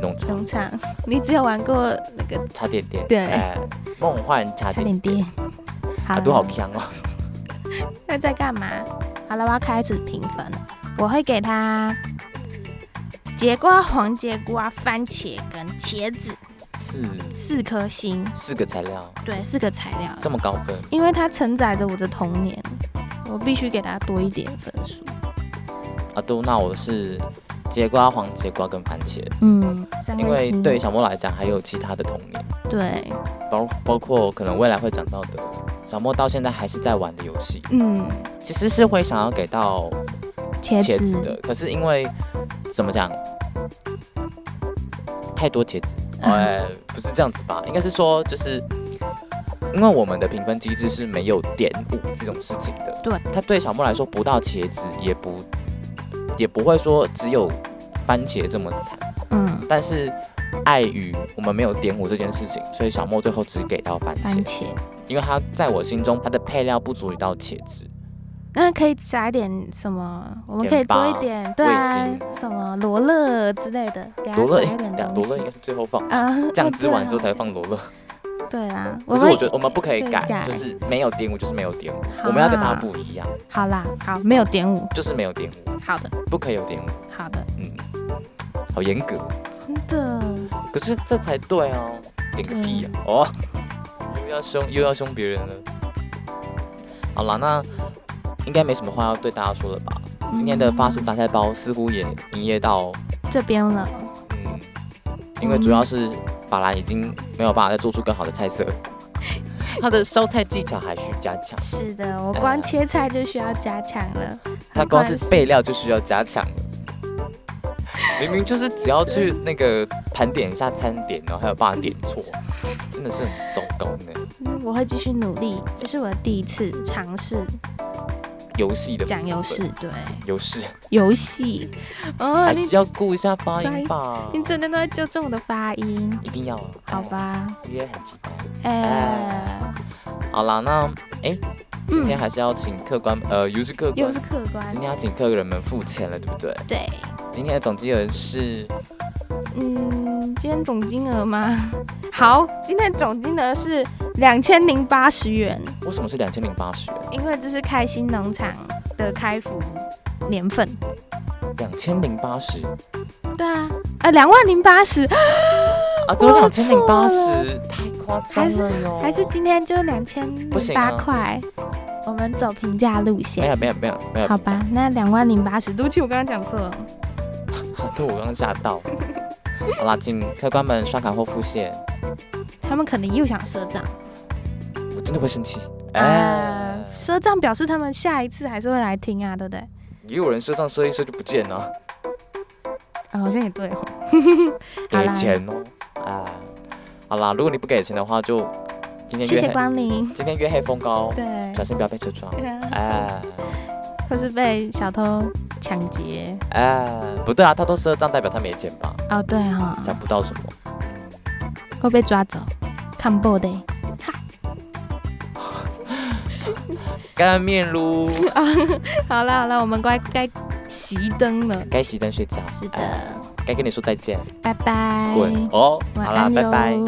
Speaker 3: 农场
Speaker 4: 农场，你只有玩过那个
Speaker 3: 茶点店，
Speaker 4: 对
Speaker 3: 哎梦幻茶
Speaker 4: 差
Speaker 3: 点
Speaker 4: 点
Speaker 3: 店
Speaker 4: 跌，，好
Speaker 3: 啊，都好强哦。
Speaker 4: 那在干嘛？好了，我要开始评分了，我会给他节瓜、黄节瓜、番茄跟茄子
Speaker 3: 是
Speaker 4: 四颗星，
Speaker 3: 四个材料
Speaker 4: 对，四个材料。
Speaker 3: 这么高分，
Speaker 4: 因为它承载着我的童年，我必须给它多一点分数。
Speaker 3: 啊，都那我是节瓜、黄节瓜跟番茄，
Speaker 4: 嗯，香味
Speaker 3: 因为
Speaker 4: 西
Speaker 3: 对
Speaker 4: 米
Speaker 3: 小莫来讲还有其他的童年，
Speaker 4: 对，
Speaker 3: 包包括可能未来会讲到的，小莫到现在还是在玩的游戏，
Speaker 4: 嗯，
Speaker 3: 其实是会想要给到
Speaker 4: 茄
Speaker 3: 茄
Speaker 4: 子
Speaker 3: 子的，可是因为怎么讲，太
Speaker 4: (laughs)
Speaker 3: 多茄子，呃，不是这样子吧？应该是说，就是因为我们的评分机制是没有点五这种事情的。
Speaker 4: 对，
Speaker 3: 它对小莫来说，不到茄子，也不也不会说只有番茄这么惨，
Speaker 4: 嗯，
Speaker 3: 但是。碍于我们没有点五这件事情，所以小莫最后只给到番茄，
Speaker 4: 番茄。
Speaker 3: 因为它在我心中它的配料不足以到茄子。
Speaker 4: 那可以加一点什么？我们可以
Speaker 3: 盐巴
Speaker 4: 多一点，对啊
Speaker 3: 味精，
Speaker 4: 什么罗勒之类的，给它
Speaker 3: 罗勒，
Speaker 4: 撒
Speaker 3: 哎
Speaker 4: 一点
Speaker 3: 等下
Speaker 4: 东
Speaker 3: 罗勒应
Speaker 4: 西
Speaker 3: 该。是最后放，
Speaker 4: 啊，
Speaker 3: (laughs) 酱
Speaker 4: 哦
Speaker 3: 汁完之后
Speaker 4: 对
Speaker 3: 才放罗勒。
Speaker 4: 哦对啦。
Speaker 3: 可是我觉得我们不可以
Speaker 4: 可以
Speaker 3: 改啊
Speaker 4: 改，
Speaker 3: 就是没有点五就是没有点五，
Speaker 4: 好
Speaker 3: 我们要跟
Speaker 4: 啦
Speaker 3: 他不一样，
Speaker 4: 好啦，好，没有点五，
Speaker 3: 就是没有点五，
Speaker 4: 好的，
Speaker 3: 不可以有点五，
Speaker 4: 好的，
Speaker 3: 嗯，好严格，哦
Speaker 4: 真的，
Speaker 3: 可是这才对哦，点个屁呀、哦，又要凶又要凶别人了。好啦，那应该没什么话要对大家说了吧？今天的法式杂菜包似乎也营业到，
Speaker 4: 这边了，
Speaker 3: 嗯，因为主要是法兰已经没有办法再做出更好的菜色了，嗯他的烧菜技巧还需加强。
Speaker 4: 是的，我光
Speaker 3: 呃
Speaker 4: 切菜就需要加强了，
Speaker 3: 它光是
Speaker 4: 很快
Speaker 3: 备料就需要加强了。明明就是只要去那个盘点一下餐点，然后还有办法点错，真的是很糟糕呢。
Speaker 4: 嗯我会继续努力，这是我第一次尝试
Speaker 3: 游戏的
Speaker 4: 讲游戏，对，
Speaker 3: 游戏
Speaker 4: 游戏，哦，
Speaker 3: 还
Speaker 4: 你
Speaker 3: 是要顾一下发音吧，
Speaker 4: 你整天都在纠正我的发音，
Speaker 3: 一定要啊。
Speaker 4: 好，吧，
Speaker 3: 也很奇怪。
Speaker 4: 哎，
Speaker 3: 好啦，那哎、今天
Speaker 4: 嗯，
Speaker 3: 还是要请客官，呃，游戏客官
Speaker 4: 又是，客观
Speaker 3: 今，天要请客人们付钱了，对不对？
Speaker 4: 对，
Speaker 3: 今天的总金额是
Speaker 4: 嗯，今天总金额吗？ (laughs) 好，今天总金额是两千零八十元。
Speaker 3: 为什么是两千零八十啊元？
Speaker 4: 因为这是开心农场的开服年份。
Speaker 3: 两千零八十
Speaker 4: 对啊，呃，两万零八十，
Speaker 3: 啊，只有
Speaker 4: 我
Speaker 3: 两千零八
Speaker 4: 错
Speaker 3: 十，太夸张
Speaker 4: 还是
Speaker 3: 了哟！
Speaker 4: 还是今天就两千
Speaker 3: 不
Speaker 4: 零
Speaker 3: 行
Speaker 4: 八
Speaker 3: 啊
Speaker 4: 块？我们走平价路
Speaker 3: 没
Speaker 4: 线
Speaker 3: 有，没有没有没有，
Speaker 4: 好吧？那两万零八十，对不起，我刚刚讲错了。
Speaker 3: 对我刚刚吓到。好啦，请客官们刷卡或付现，
Speaker 4: 他们可能又想赊账，
Speaker 3: 我真的会生气。哎
Speaker 4: 呃，，赊账表示他们下一次还是会来听啊，对不对？
Speaker 3: 也有人赊账赊一赊就不见了，
Speaker 4: 啊，好像也对哦。好
Speaker 3: 给
Speaker 4: 啦
Speaker 3: 钱哦。啊，好啦，如果你不给钱的话，就今天
Speaker 4: 谢
Speaker 3: 月
Speaker 4: 谢
Speaker 3: 黑，
Speaker 4: 光临。
Speaker 3: 今天月黑风高，
Speaker 4: 对啊
Speaker 3: 小，心不要被车撞。哎
Speaker 4: 或是被小偷抢劫。
Speaker 3: 哎，不对啊，他都赊账，代表他没钱吧？
Speaker 4: 哦，对哈、哦，
Speaker 3: 讲不到什么。
Speaker 4: 会被抓走，看报的。
Speaker 3: 干
Speaker 4: (laughs)
Speaker 3: 面撸，
Speaker 4: 好了好了，我们该该熄灯了。
Speaker 3: 该熄灯睡觉。啊
Speaker 4: 是的，
Speaker 3: 哎该跟你说再见，
Speaker 4: 拜拜，
Speaker 3: 滚哦。
Speaker 4: 晚
Speaker 3: 好啦，
Speaker 4: 安
Speaker 3: 拜拜。
Speaker 4: 哟